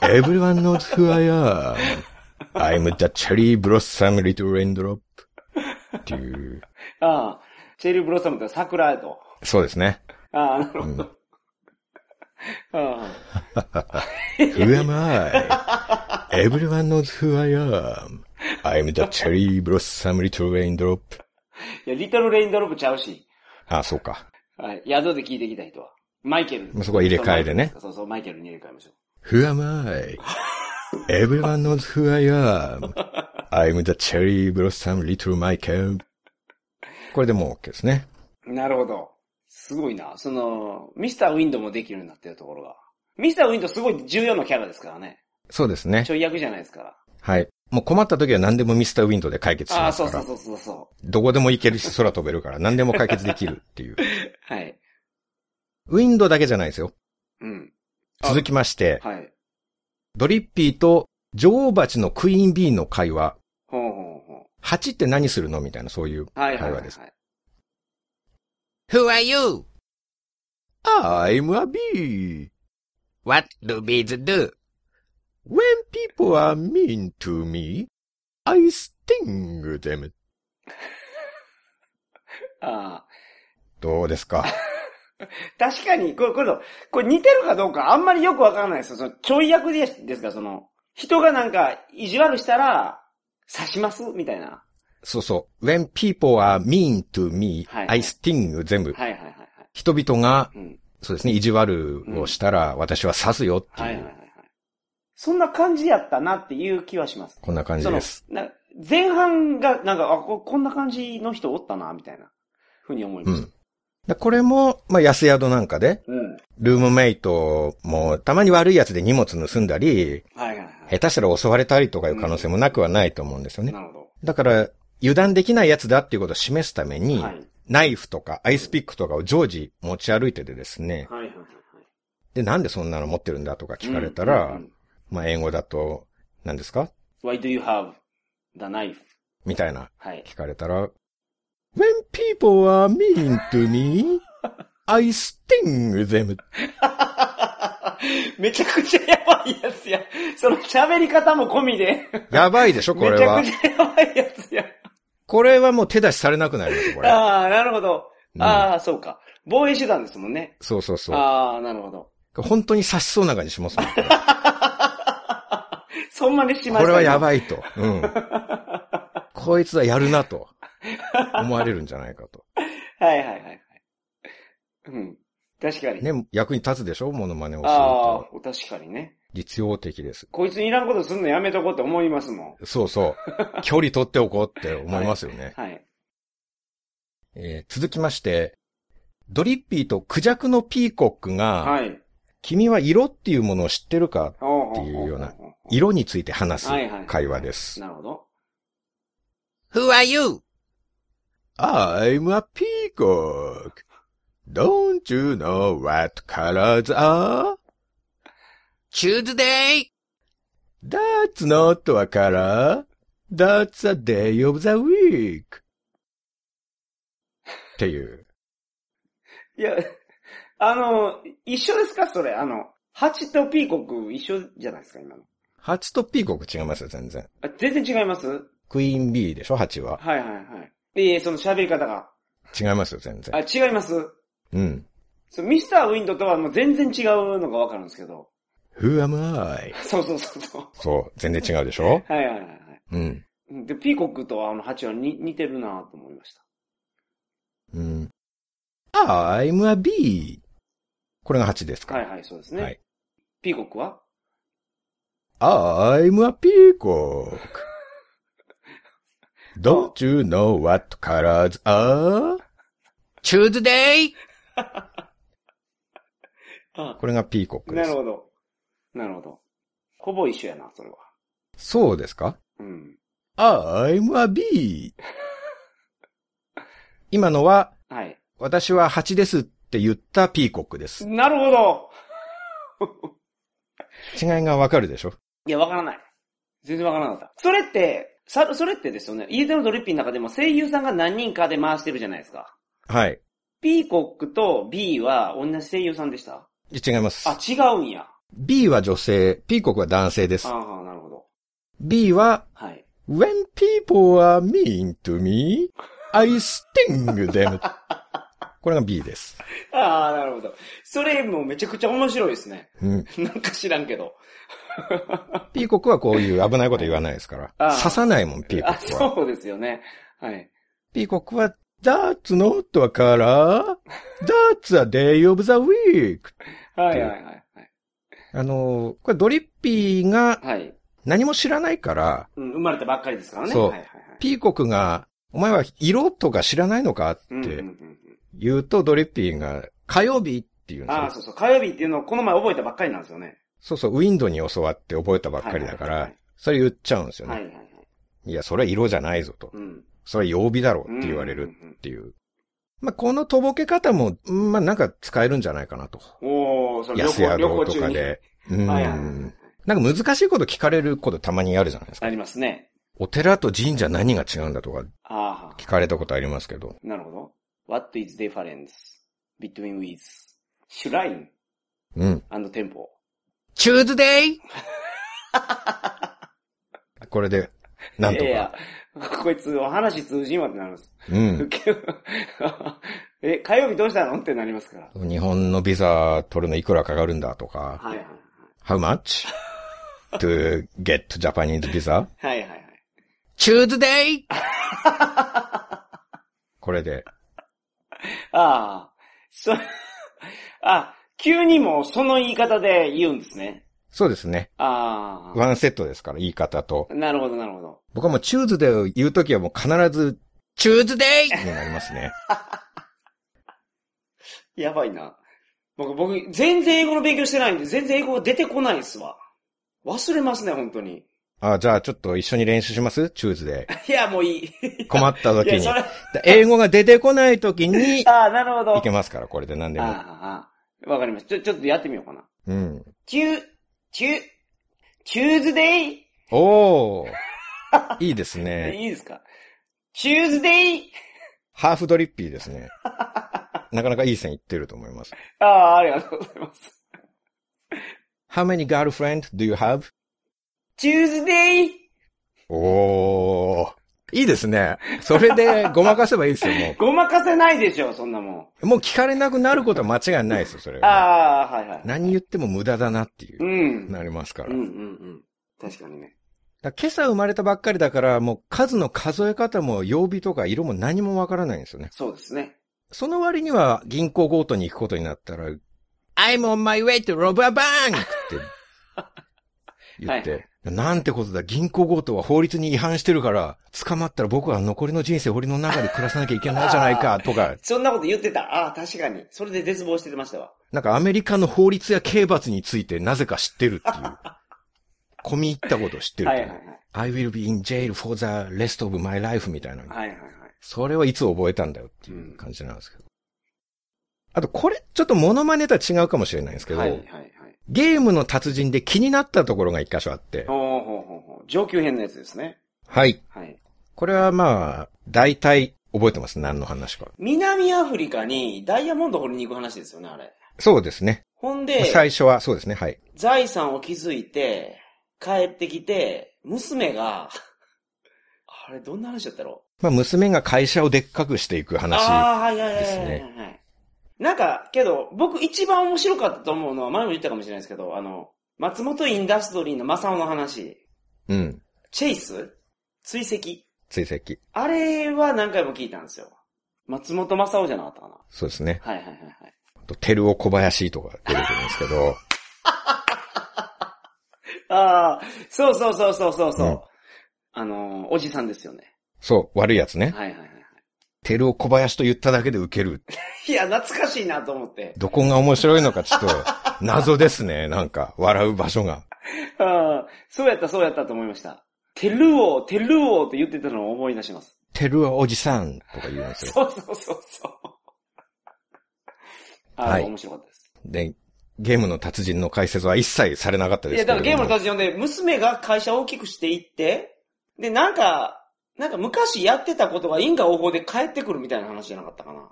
[SPEAKER 2] I?Everyone knows who I am.I'm the cherry blossom little raindrop. っていう。
[SPEAKER 1] ああ、チェリーブロッサムと桜と。
[SPEAKER 2] そうですね。
[SPEAKER 1] ああ、なるほど。あ
[SPEAKER 2] Who am I?Everyone knows who I am.I'm the cherry blossom little raindrop.
[SPEAKER 1] あ。いや、リトルレインドロップちゃうし。
[SPEAKER 2] あ、そうか。
[SPEAKER 1] はい。宿で聞いてきた人は。マイケル。
[SPEAKER 2] そこは入れ替えでね
[SPEAKER 1] そうそう、マイケルに入れ替えましょう。
[SPEAKER 2] Who am I?Everyone knows who I am.I'm the cherry blossom little Michael. これでもう OK ですね。
[SPEAKER 1] なるほど。すごいな。その、ミスターウィンドウもできるようになってるところが。ミスターウィンドウすごい重要なキャラですからね。
[SPEAKER 2] そうですね
[SPEAKER 1] ち。ょい役じゃないですから。
[SPEAKER 2] はい。もう困った時は何でもミスターウィンドウで解決し
[SPEAKER 1] ああ
[SPEAKER 2] ま
[SPEAKER 1] ー、
[SPEAKER 2] すか
[SPEAKER 1] そう
[SPEAKER 2] ら。
[SPEAKER 1] そうそうそうそ
[SPEAKER 2] どこでも行けるし空飛べるから何でも解決できるっていう。
[SPEAKER 1] う。はい。
[SPEAKER 2] ウィンドウだけじゃないですよ。
[SPEAKER 1] うん。あ
[SPEAKER 2] 続きまして、
[SPEAKER 1] はい。
[SPEAKER 2] ドリッピーと女王蜂のクイーンビーンの会話。
[SPEAKER 1] ほうほうほ
[SPEAKER 2] 蜂って何するのみたいなそういう
[SPEAKER 1] う。はいは
[SPEAKER 2] 会
[SPEAKER 1] いはい、
[SPEAKER 2] 話
[SPEAKER 1] は
[SPEAKER 2] で
[SPEAKER 1] い
[SPEAKER 2] す。。
[SPEAKER 3] Who are you?
[SPEAKER 2] I'm a bee.
[SPEAKER 3] What do bees do?
[SPEAKER 2] When people are mean to me, I sting them.
[SPEAKER 1] ああ、
[SPEAKER 2] どうですか
[SPEAKER 1] 確かに、これ、これ、これ似てるかどうかあんまりよくわからないですよ。そのちょい役でですか、その、人がなんか意地悪したら、刺しますみたいな。
[SPEAKER 2] そうそう。when people are mean to me,
[SPEAKER 1] はい
[SPEAKER 2] I sting 全部。
[SPEAKER 1] はいはいはいはい。
[SPEAKER 2] 人々が、
[SPEAKER 1] うん。
[SPEAKER 2] そうですね、意地悪をしたら私は刺すよって
[SPEAKER 1] はい
[SPEAKER 2] い
[SPEAKER 1] はいはいは
[SPEAKER 2] う
[SPEAKER 1] い、。そんな感じやったなっていう気はします。
[SPEAKER 2] こんな感じ
[SPEAKER 1] その
[SPEAKER 2] です。、
[SPEAKER 1] な前半が、なんか、あこ、こんな感じの人おったな、みたいな、ふうに思いま
[SPEAKER 2] う
[SPEAKER 1] した
[SPEAKER 2] ん。。でこれも、まあ、安宿なんかで、
[SPEAKER 1] うん。
[SPEAKER 2] ルームメイトもたまに悪いやつで荷物盗んだり、
[SPEAKER 1] はいはいは
[SPEAKER 2] 下手したら襲われたりとかいう可能性もなくはないと思うんですよ
[SPEAKER 1] い。
[SPEAKER 2] ね。
[SPEAKER 1] なるほ
[SPEAKER 2] だから、油断できないやつだっていうことを示すため
[SPEAKER 1] ど。
[SPEAKER 2] に、
[SPEAKER 1] はい。
[SPEAKER 2] ナイフとかアイスピックとかを常時持ち歩いててですね、
[SPEAKER 1] はいはいはいはい。
[SPEAKER 2] で、なんでそんなの持ってるんだとか聞かれたら、
[SPEAKER 1] うんうんうん
[SPEAKER 2] まあ、英語だと、何ですか
[SPEAKER 1] Why do you have the knife?
[SPEAKER 2] みたいな、
[SPEAKER 1] はい。
[SPEAKER 2] 聞かれたら、When people are mean to me, I sting them.
[SPEAKER 1] めちゃくちゃやばいやつや。その喋り方も込みで。
[SPEAKER 2] やばいでしょ、こ
[SPEAKER 1] め
[SPEAKER 2] れ
[SPEAKER 1] ちゃ
[SPEAKER 2] は
[SPEAKER 1] く。ちゃやばいやつや。
[SPEAKER 2] これはもう手出しされなくなります、こ れ。
[SPEAKER 1] ああ、なるほど。ああ、そうか。防衛手段ですもんね。
[SPEAKER 2] そうそうそう。
[SPEAKER 1] ああ、なるほど。
[SPEAKER 2] 本当に刺しそうな感じしますもん。これ
[SPEAKER 1] そんまでしました、
[SPEAKER 2] これはや
[SPEAKER 1] い。
[SPEAKER 2] ばいと。うん。こいつはやるなと。思われるんじゃないかと。
[SPEAKER 1] はいはいはいはい。うん。確かに。
[SPEAKER 2] ね、役に立つでしょモノマネをする
[SPEAKER 1] ああ
[SPEAKER 2] と。、
[SPEAKER 1] 確かにね。
[SPEAKER 2] 実用的です。
[SPEAKER 1] こいつにいらんことすんのやめとこうって思いますもん。
[SPEAKER 2] そうそう。距離取っておこうって思いますよね。
[SPEAKER 1] はい。
[SPEAKER 2] えー続きまして、ドリッピーとクジャクのピーコックが、
[SPEAKER 1] はい。
[SPEAKER 2] 君は色っていうものを知ってるか
[SPEAKER 1] ほ
[SPEAKER 2] っていうような
[SPEAKER 1] ほほほ
[SPEAKER 2] 色について話す
[SPEAKER 1] はいはい
[SPEAKER 2] 会話です。
[SPEAKER 1] なるほど。
[SPEAKER 3] Who are you?
[SPEAKER 2] I'm a peacock. Don't you know what colors are?
[SPEAKER 3] Tuesday?
[SPEAKER 2] That's not a color. That's a day of the week. っていう。
[SPEAKER 1] いや、 あの、一緒ですかそれ。あの、ハチとピーコック一緒じゃないですか今の。
[SPEAKER 2] ハチとピーコック違いますよ、全然。
[SPEAKER 1] あ全然違いますは
[SPEAKER 2] クイーンビーでしょ、ハチは。
[SPEAKER 1] いはいはい。ええその喋り方が。
[SPEAKER 2] 違いますよ、全
[SPEAKER 1] あ、
[SPEAKER 2] 然。
[SPEAKER 1] 違います
[SPEAKER 2] うん。
[SPEAKER 1] そうミスターウィンドとはもう全然違うのがわかるんですけど。
[SPEAKER 2] Who am I?
[SPEAKER 1] そうそうそうそう。
[SPEAKER 2] そう、全然違うでしょ
[SPEAKER 1] はいはいはいはい。
[SPEAKER 2] うん。
[SPEAKER 1] うんで、ピーコックとあのハチはに似てるなと思いました。
[SPEAKER 2] うん。I'm a bee. これが8ですか。
[SPEAKER 1] はいはい、そうですね。
[SPEAKER 2] はい
[SPEAKER 1] ピーコックは
[SPEAKER 2] I'm a peacock. Don't you know what colors are?
[SPEAKER 3] Tuesday?
[SPEAKER 1] あ
[SPEAKER 2] これがピーコックで
[SPEAKER 1] なる
[SPEAKER 2] す。
[SPEAKER 1] ほど。なるほど。ほぼ一緒やな、それは。
[SPEAKER 2] そうですか
[SPEAKER 1] うん。
[SPEAKER 2] ?I'm a bee. 今のは、
[SPEAKER 1] はい。
[SPEAKER 2] 私は蜂ですって言ったピーコックです。
[SPEAKER 1] なるほど
[SPEAKER 2] 違いがわかるでしょ
[SPEAKER 1] いや、わからない。全然わからなかった。それって、さ、それってですよね、家でのドリッピーの中でも声優さんが何人かで回してるじゃないですか。
[SPEAKER 2] はい。
[SPEAKER 1] ピーコックと B は同じ声優さんでした
[SPEAKER 2] 違います。
[SPEAKER 1] あ、違うんや。
[SPEAKER 2] B は女性、ピーコックは男性です
[SPEAKER 1] あ。あ、なるほど。
[SPEAKER 2] B は
[SPEAKER 1] はい。
[SPEAKER 2] When people are mean to me, I sting them. これが B です。
[SPEAKER 1] ああ、なるほど。それもめちゃくちゃ面白いですね。
[SPEAKER 2] うん。
[SPEAKER 1] なんか知らんけど。
[SPEAKER 2] ピーコックはこういう危ないこと言わないですから。
[SPEAKER 1] あー
[SPEAKER 2] 刺さないもん、ピーコ
[SPEAKER 1] あ、
[SPEAKER 2] ックは。
[SPEAKER 1] そうですよね。はい。
[SPEAKER 2] ピーコックは、That's not a color. That's a day of the week.
[SPEAKER 1] はいはいはい。
[SPEAKER 2] あのー、これドリッピー
[SPEAKER 1] は
[SPEAKER 2] が
[SPEAKER 1] い。はい。
[SPEAKER 2] 何も知らないから、
[SPEAKER 1] うん、生まれたばっかりですからね。
[SPEAKER 2] そ
[SPEAKER 1] は
[SPEAKER 2] う
[SPEAKER 1] いはいはい。
[SPEAKER 2] ピーコックが、お前は色とか知らないのかっ
[SPEAKER 1] うんうんう
[SPEAKER 2] て
[SPEAKER 1] ん
[SPEAKER 2] 言うと、ドリッピーが火曜日って言う
[SPEAKER 1] うんん、
[SPEAKER 2] ですよ
[SPEAKER 1] ああ、そうそう。火曜日っていうのをこの前覚えたばっかりなんですよね。
[SPEAKER 2] そうそう、ウィンドウに教わって覚えたばっかりだか
[SPEAKER 1] はいはいはい
[SPEAKER 2] ら
[SPEAKER 1] はい、
[SPEAKER 2] それ言っちゃうんですよね。
[SPEAKER 1] はいはいはい。
[SPEAKER 2] いや、それは色じゃないぞと。
[SPEAKER 1] うん。
[SPEAKER 2] それは曜日だろうって言われるっていう。まあ、このとぼけ方も、うんまあ、なんか使えるんじゃないかなと。
[SPEAKER 1] おー、それ旅
[SPEAKER 2] 安
[SPEAKER 1] 行、
[SPEAKER 2] 宿
[SPEAKER 1] 旅行
[SPEAKER 2] と
[SPEAKER 1] 中
[SPEAKER 2] か
[SPEAKER 1] に。
[SPEAKER 2] で。うん。
[SPEAKER 1] はいはいはい
[SPEAKER 2] なんか難しいこと聞かれることたまにあるじゃないですか。
[SPEAKER 1] ありますね。
[SPEAKER 2] お寺と神社何が違うんだとか
[SPEAKER 1] ああ、
[SPEAKER 2] 聞かれたことありますけど。
[SPEAKER 1] なるほど。What is difference between with shrine
[SPEAKER 2] うん。
[SPEAKER 1] and temple?
[SPEAKER 3] Tuesday?
[SPEAKER 2] これで、なんと
[SPEAKER 1] い
[SPEAKER 2] か。
[SPEAKER 1] やいや、こいつお話通じんわってなるんです。
[SPEAKER 2] うん。
[SPEAKER 1] え、火曜日どうしたのってなりますから。
[SPEAKER 2] 日本のビザ取るのいくらかかるんだとか、
[SPEAKER 1] はいはい。
[SPEAKER 2] how much to get Japanese visa?
[SPEAKER 1] はいはいはい。
[SPEAKER 3] Tuesday?
[SPEAKER 2] これで。
[SPEAKER 1] ああ、そ、あ、急にもうその言い方で言うんですね。
[SPEAKER 2] そうですね。
[SPEAKER 1] あ
[SPEAKER 2] ワンセットですから、言い方と。
[SPEAKER 1] あ、なるほどなるほど。
[SPEAKER 2] 僕はもうチューズデーを言うときはもう必ず
[SPEAKER 3] Tuesday?
[SPEAKER 2] になりますね。
[SPEAKER 1] やばいな。僕、僕、全然英語の勉強してないんで、全然英語が出てこないっすわ。忘れますね、本当に。
[SPEAKER 2] あ、じゃあちょっと一緒に練習しますチューズデ
[SPEAKER 1] いや、もういい。
[SPEAKER 2] ー。困ったと
[SPEAKER 1] い
[SPEAKER 2] き
[SPEAKER 1] や、
[SPEAKER 2] に
[SPEAKER 1] そ。れ、
[SPEAKER 2] だ英語が出てこないときに、い
[SPEAKER 1] ああ、なるほど。
[SPEAKER 2] けますから、これで何で
[SPEAKER 1] あ
[SPEAKER 2] も。
[SPEAKER 1] あ、ああわかりました。ちょ、ちょっとやってみようかな。
[SPEAKER 2] うん。
[SPEAKER 1] チュー、チュー、チューズデイ
[SPEAKER 2] おー。いいですね。
[SPEAKER 1] いいですかチューズデイ
[SPEAKER 2] ハーフドリッピーですね。なかなかいい線いってると思います。
[SPEAKER 1] ああ、ありがとうございます。
[SPEAKER 2] How many girlfriend do you have?
[SPEAKER 1] チューズデイ
[SPEAKER 2] おー。いいですね。それ でごまかせばいいですよ、も
[SPEAKER 1] ごまかせないでしょ、そんなもん。
[SPEAKER 2] う。もう聞かれなくなることは間違いないですよ、それは。
[SPEAKER 1] ああ、はいはい。
[SPEAKER 2] 何言っても無駄だなっていうう、
[SPEAKER 1] ん。
[SPEAKER 2] なりますから。
[SPEAKER 1] うんう
[SPEAKER 2] だ
[SPEAKER 1] ん
[SPEAKER 2] か
[SPEAKER 1] うん。確かにね。
[SPEAKER 2] ら今朝生まれたばっかりだから、もう数の数え方も曜日とか色も何もわからないんですよね。
[SPEAKER 1] そうですね。
[SPEAKER 2] その割には銀行強盗に行くことになったら、って
[SPEAKER 3] I'm on my way to rob a bank.
[SPEAKER 2] 言って、
[SPEAKER 1] は
[SPEAKER 2] なんてことだ、銀行強盗は法律に違反してるから、捕まったら僕は残りの人生檻の中で暮らさなきゃいけないじゃない か、とか、
[SPEAKER 1] そんなこと言ってた。ああ、確かに。それで絶望してましたわ。
[SPEAKER 2] なんかアメリカの法律や刑罰についてなぜか知ってる っていう。込み入ったことを知ってる
[SPEAKER 1] は
[SPEAKER 2] と
[SPEAKER 1] い
[SPEAKER 2] い、
[SPEAKER 1] はいうはい。
[SPEAKER 2] I will be in jail for the rest of my life みたいな。
[SPEAKER 1] はいはいはい。
[SPEAKER 2] それはいつ覚えたんだよっていう感じなんですけど。あと、これ、ちょっとモノマネとは違うかもしれないんですけど、
[SPEAKER 1] はいはいはい。
[SPEAKER 2] ゲームの達人で気になったところが一箇所あって、
[SPEAKER 1] ほうほうほうほう。上級編のやつですね。
[SPEAKER 2] はい。
[SPEAKER 1] はい。
[SPEAKER 2] これはまあ、大体覚えてます。何の話か。
[SPEAKER 1] 南アフリカにダイヤモンド掘りに行く話ですよね、あれ。
[SPEAKER 2] そうですね。
[SPEAKER 1] ほんで、
[SPEAKER 2] 最初はそうですね。はい。
[SPEAKER 1] 財産を築いて、帰ってきて、娘が、 あれ、どんな話だったろ
[SPEAKER 2] まあ、娘が会社をでっかくしていく
[SPEAKER 1] う
[SPEAKER 2] 話。
[SPEAKER 1] ああ、はいはいはいはいはい、はいなんか、けど、僕一番面白かったと思うのは、前も言ったかもしれないですけど、あの、松本インダストリーの正雄の話、
[SPEAKER 2] うん。
[SPEAKER 1] チェイス追跡
[SPEAKER 2] 追跡。
[SPEAKER 1] あれは何回も聞いたんですよ。松本正雄じゃなかったかな
[SPEAKER 2] そうですね。
[SPEAKER 1] はいはいはいはい。
[SPEAKER 2] あと、テルオ小林とか出てくるんですけど、
[SPEAKER 1] ああ、そうそうそうそうそうそう。
[SPEAKER 2] うん
[SPEAKER 1] あのー、おじさんですよね。
[SPEAKER 2] そう、悪いやつね。
[SPEAKER 1] はいはいはい。
[SPEAKER 2] テルオ小林と言っただけでウケる。
[SPEAKER 1] いや、懐かしいなと思って。
[SPEAKER 2] どこが面白いのかちょっと、謎ですね。なんか、笑う場所が。
[SPEAKER 1] ああ、そうやったそうやったと思いました。てるお、てるおって言ってたのを思い出します。
[SPEAKER 2] テルオおじさんとか言うんですよ。
[SPEAKER 1] そうそうそうそう。ああ、
[SPEAKER 2] はい
[SPEAKER 1] 面白かったです。
[SPEAKER 2] で、ゲームの達人の解説は一切されなかった
[SPEAKER 1] い
[SPEAKER 2] で
[SPEAKER 1] や、
[SPEAKER 2] すけ
[SPEAKER 1] だ
[SPEAKER 2] れ
[SPEAKER 1] から
[SPEAKER 2] ど
[SPEAKER 1] ゲー
[SPEAKER 2] も。
[SPEAKER 1] ムの達人で、娘が会社を大きくしていって、で、なんか、なんか昔やってたことが因果応報で帰ってくるみたいな話じゃなかったかな。
[SPEAKER 2] ま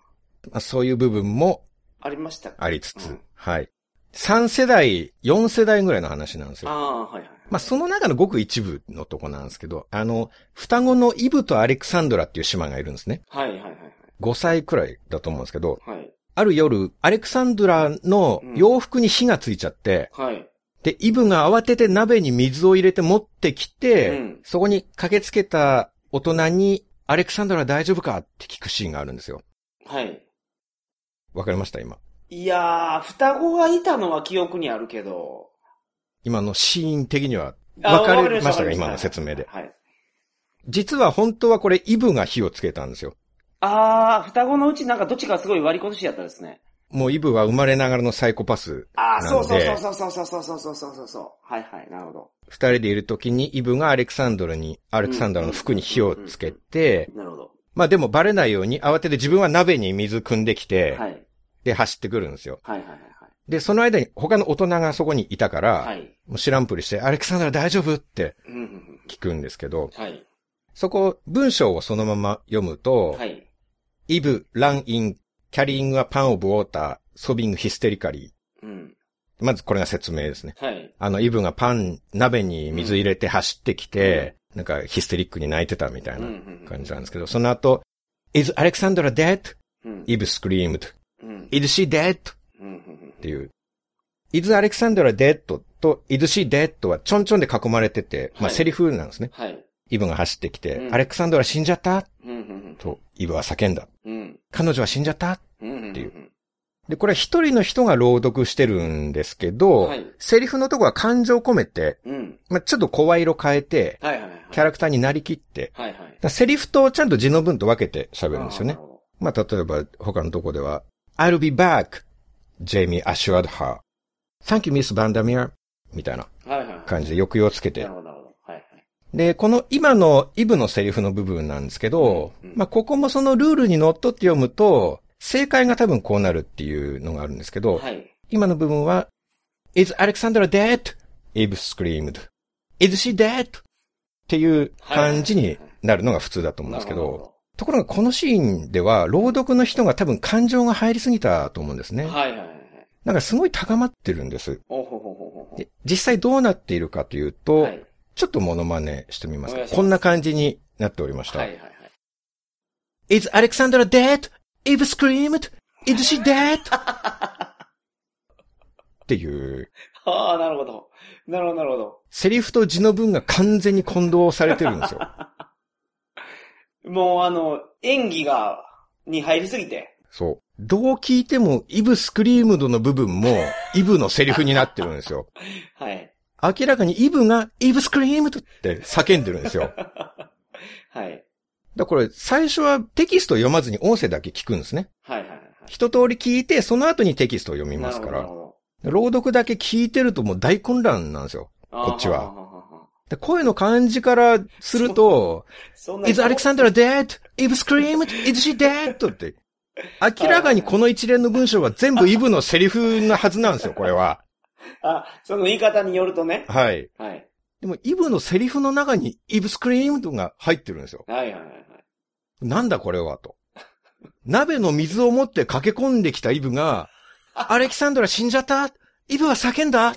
[SPEAKER 2] あそういう部分も
[SPEAKER 1] ありましたか
[SPEAKER 2] ありつつ、
[SPEAKER 1] うん
[SPEAKER 2] はい。3世代、4世代ぐらいの話なんです
[SPEAKER 1] あ
[SPEAKER 2] よ。
[SPEAKER 1] あ、はいはい。
[SPEAKER 2] まあ、その中のごく一部のとこなんですけど、あの、双子のイブとアレクサンドラっていう島がいるんですね。
[SPEAKER 1] はいはいはい
[SPEAKER 2] 5歳くらいだと思うんですけど、
[SPEAKER 1] はい。はい。
[SPEAKER 2] ある夜、アレクサンドラの洋服に火がついちゃって、
[SPEAKER 1] はい。
[SPEAKER 2] で、イブが慌てて鍋に水を入れて持ってきて、
[SPEAKER 1] うん
[SPEAKER 2] そこに駆けつけた大人に、アレクサンドラ大丈夫かって聞くシーンがあるんですよ。
[SPEAKER 1] はい。
[SPEAKER 2] わかりました今。
[SPEAKER 1] いやー、双子がいたのは記憶にあるけど。
[SPEAKER 2] 今のシーン的には、
[SPEAKER 1] あ
[SPEAKER 2] わかりました
[SPEAKER 1] わ
[SPEAKER 2] か
[SPEAKER 1] り
[SPEAKER 2] 今の説明で。
[SPEAKER 1] はい。
[SPEAKER 2] 実は本当はこれイブが火をつけたんですよ。
[SPEAKER 1] あー、双子のうちなんかどっちかすごい割り殺しやったですね。
[SPEAKER 2] もうイブは生まれながらのサイコパス。
[SPEAKER 1] あー、
[SPEAKER 2] な
[SPEAKER 1] そ
[SPEAKER 2] の
[SPEAKER 1] う
[SPEAKER 2] で
[SPEAKER 1] そうそうそうそうそうそうそうそうそうそう。はいはい、なるほど。
[SPEAKER 2] 二人でいる時にイブがアレクサンドラに、アレクサンドラの服に火をつけて、
[SPEAKER 1] なるほど。
[SPEAKER 2] まあでもバレないように慌てて自分は鍋に水汲んできて、
[SPEAKER 1] はい。はい
[SPEAKER 2] で走ってくるんですよ。
[SPEAKER 1] はいはいはい。
[SPEAKER 2] で、その間に他の大人がそこにいたから、
[SPEAKER 1] はい。
[SPEAKER 2] もう知らんぷりして、アレクサンドラ大丈夫って
[SPEAKER 1] うんうんうん
[SPEAKER 2] 聞くんですけど、
[SPEAKER 1] はい。
[SPEAKER 2] そこ文章をそのまま読むと、
[SPEAKER 1] はい。
[SPEAKER 2] イブ、ランイン、キャリングはパンオブウォーター、ソビングヒステリカリ
[SPEAKER 1] うん。
[SPEAKER 2] ー。まずこれが説明ですね。
[SPEAKER 1] はい。
[SPEAKER 2] あの、イブがパン、鍋に水入れて走ってきて、なんかヒステリックに泣いてたみた
[SPEAKER 1] う
[SPEAKER 2] い
[SPEAKER 1] んう
[SPEAKER 2] なん
[SPEAKER 1] うん
[SPEAKER 2] 感じなんですけど、その後、is Alexandra dead?
[SPEAKER 1] ううん。
[SPEAKER 2] Eve screamed,
[SPEAKER 1] うん。
[SPEAKER 2] Is she dead? っ
[SPEAKER 1] うんうん
[SPEAKER 2] ていう。Is Alexandra dead? と Is she dead? はちょんちょんで囲まれてて、ま
[SPEAKER 1] は
[SPEAKER 2] あ
[SPEAKER 1] い
[SPEAKER 2] セリフなんですね。
[SPEAKER 1] はい。
[SPEAKER 2] イブが走ってきて、
[SPEAKER 1] うん
[SPEAKER 2] アレクサンドラ死んじゃった
[SPEAKER 1] うんうん
[SPEAKER 2] とイブは叫んだ。
[SPEAKER 1] うん。うん。
[SPEAKER 2] 彼女は死んじゃった
[SPEAKER 1] うん。
[SPEAKER 2] ってい
[SPEAKER 1] うん。
[SPEAKER 2] で、これは一人の人が朗読してるんですけど、
[SPEAKER 1] はい
[SPEAKER 2] セリフのとこは感情込めて、
[SPEAKER 1] うん。
[SPEAKER 2] まあ、ちょっと声色変えて、
[SPEAKER 1] はいはいはい。
[SPEAKER 2] キャラクターになりきって、
[SPEAKER 1] はいはい
[SPEAKER 2] だか。らセリフとちゃんと字の文と分けて喋るんです
[SPEAKER 1] あー
[SPEAKER 2] よ
[SPEAKER 1] な
[SPEAKER 2] ね
[SPEAKER 1] る。ほ
[SPEAKER 2] まあ、例えば他のとこでは、I'll be back, Jamie assured her. Thank you, Miss Vandermeer. みたいな
[SPEAKER 1] どはいはいはい。
[SPEAKER 2] 感じで抑揚つけて
[SPEAKER 1] なるほど、なるほど。はいはい。
[SPEAKER 2] で、この今のイブのセリフの部分なんですけど、
[SPEAKER 1] うんうん
[SPEAKER 2] まあ、ここもそのルールにのっとって読むと、正解が多分こうなるっていうのがあるんですけど、
[SPEAKER 1] はい。
[SPEAKER 2] 今の部分は、Is Alexandra dead? Eve screamed. Is she dead? っていう感じになるのが普通だと思うんですけど、
[SPEAKER 1] なるほ
[SPEAKER 2] ところがこのシーンでは、朗読の人が多分感情が入りすぎたと思うんですね
[SPEAKER 1] ど。はいはいはい。
[SPEAKER 2] なんかすごい高まってるんです。
[SPEAKER 1] おほほほほ
[SPEAKER 2] で実際どうなっているかというと、
[SPEAKER 1] ほ。はい。
[SPEAKER 2] ちょっとモノマネしてみます
[SPEAKER 1] お願
[SPEAKER 2] か。
[SPEAKER 1] いします
[SPEAKER 2] こんな感じになっておりました。
[SPEAKER 1] はいはいはい。
[SPEAKER 2] Is Alexandra dead? Eve screamed. Is she dead? っていう、
[SPEAKER 1] ああ、なるほど。なるほど、なるほど。
[SPEAKER 2] セリフと字の文が完全に混同されてるんで すよ。
[SPEAKER 1] もうあの、演技が、に入りすぎて。
[SPEAKER 2] そう。どう聞いても、イブスクリームドの部分 も、イブのセリフになってるんですよ。
[SPEAKER 1] はい。
[SPEAKER 2] 明らかにイブが、イブスクリームドって叫んでるんですよ。
[SPEAKER 1] はい。
[SPEAKER 2] だからこれ、最初はテキストを読まずに音声だけ聞くんですね。
[SPEAKER 1] はいはいはいはい。
[SPEAKER 2] 一通り聞いて、その後にテキストを読みますか
[SPEAKER 1] なる
[SPEAKER 2] ら
[SPEAKER 1] ほ。どなるほ
[SPEAKER 2] 朗読だけ聞いてるともう大混乱なんですよ。
[SPEAKER 1] ど
[SPEAKER 2] こっちは
[SPEAKER 1] あーはははは
[SPEAKER 2] で声の感じからすると、
[SPEAKER 1] そんな
[SPEAKER 2] Is
[SPEAKER 1] アレクサン
[SPEAKER 2] Alexandra dead? Eve screamed? Is she dead? って。明らかにこの一連の文章は全部イブのセリフなはずなんですよ、これは。
[SPEAKER 1] あ、その言い方によるとね。
[SPEAKER 2] はい。
[SPEAKER 1] はい。
[SPEAKER 2] でも、イブのセリフの中に Eve screamed が入ってるんですよ。
[SPEAKER 1] はいはいはいはい。
[SPEAKER 2] なんだこれは、と。鍋の水を持って駆け込んできたイブが、アレキサンドラ死んじゃったイブは叫んだ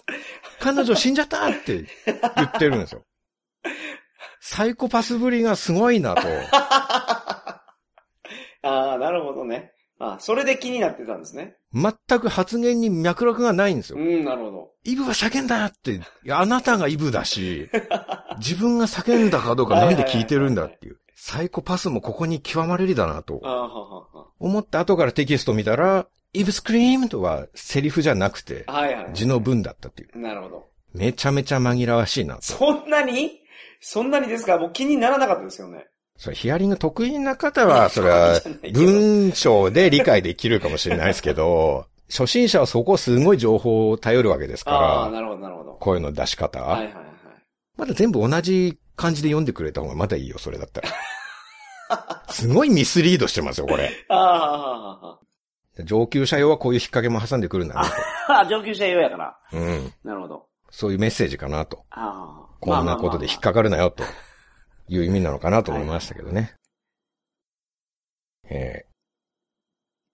[SPEAKER 2] 彼女死んじゃったって言ってるんですよ。サイコパスぶりがすごいなと。
[SPEAKER 1] ああ、なるほどね。あそれで気になってたんですね。
[SPEAKER 2] 全く発言に脈絡がないんです
[SPEAKER 1] う
[SPEAKER 2] よ。
[SPEAKER 1] ん、なるほど。
[SPEAKER 2] イブは叫んだって、いやあなたがイブだし、自分が叫んだかどうかなんで聞いてるんだっていう。サイコパスもここに極まれりだなと
[SPEAKER 1] ああ、ははは
[SPEAKER 2] 思って後からテキスト見たら、イブスクリームとはセリフじゃなくて、
[SPEAKER 1] は。はいはい。
[SPEAKER 2] 字の文だったっていう。
[SPEAKER 1] なるほど。
[SPEAKER 2] めちゃめちゃ紛らわしいな。
[SPEAKER 1] そんなにそんなにですかもう気にならなかったですよね。
[SPEAKER 2] それヒアリング得意な方は、それは
[SPEAKER 1] そうじゃないけど
[SPEAKER 2] 文章で理解できるかもしれないですけ ど、初心者はそこすごい情報を頼るわけです
[SPEAKER 1] ああー、
[SPEAKER 2] から、
[SPEAKER 1] なるほど、なるほど。
[SPEAKER 2] 声の出し方。
[SPEAKER 1] はいはいはい。
[SPEAKER 2] まだ全部同じ感じで読んでくれた方がまだいいよ、それだったら。 すごいミスリードしてますよ、これ。
[SPEAKER 1] ああ、
[SPEAKER 2] 上級者用はこういう引っ掛けも挟んでくるんだな
[SPEAKER 1] ああ、上級者用やから。
[SPEAKER 2] と。うん。
[SPEAKER 1] なるほど。
[SPEAKER 2] そういうメッセージかなと。
[SPEAKER 1] ああ。
[SPEAKER 2] こんなことで引っかかるなよ、という意味なのかなと思いましたけどね。えー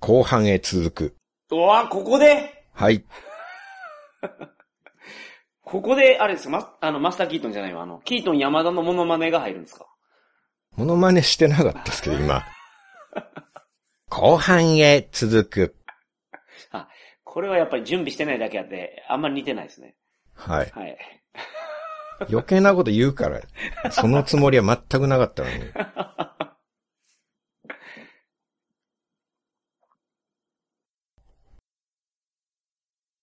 [SPEAKER 2] 後半へ続く。
[SPEAKER 1] うわ、ここで、
[SPEAKER 2] はい。
[SPEAKER 1] ここで、あれですよ、マあの、マスターキートンじゃないわ、あの、キートン山田のモノマネが入るんですか
[SPEAKER 2] モノマネしてなかったですけど、 今。後半へ続く。
[SPEAKER 1] これはやっぱり準備してないだけあって、あんまり似てないですね。
[SPEAKER 2] はい。
[SPEAKER 1] はい。
[SPEAKER 2] 余計なこと言うから、そのつもりは全くなかったのに。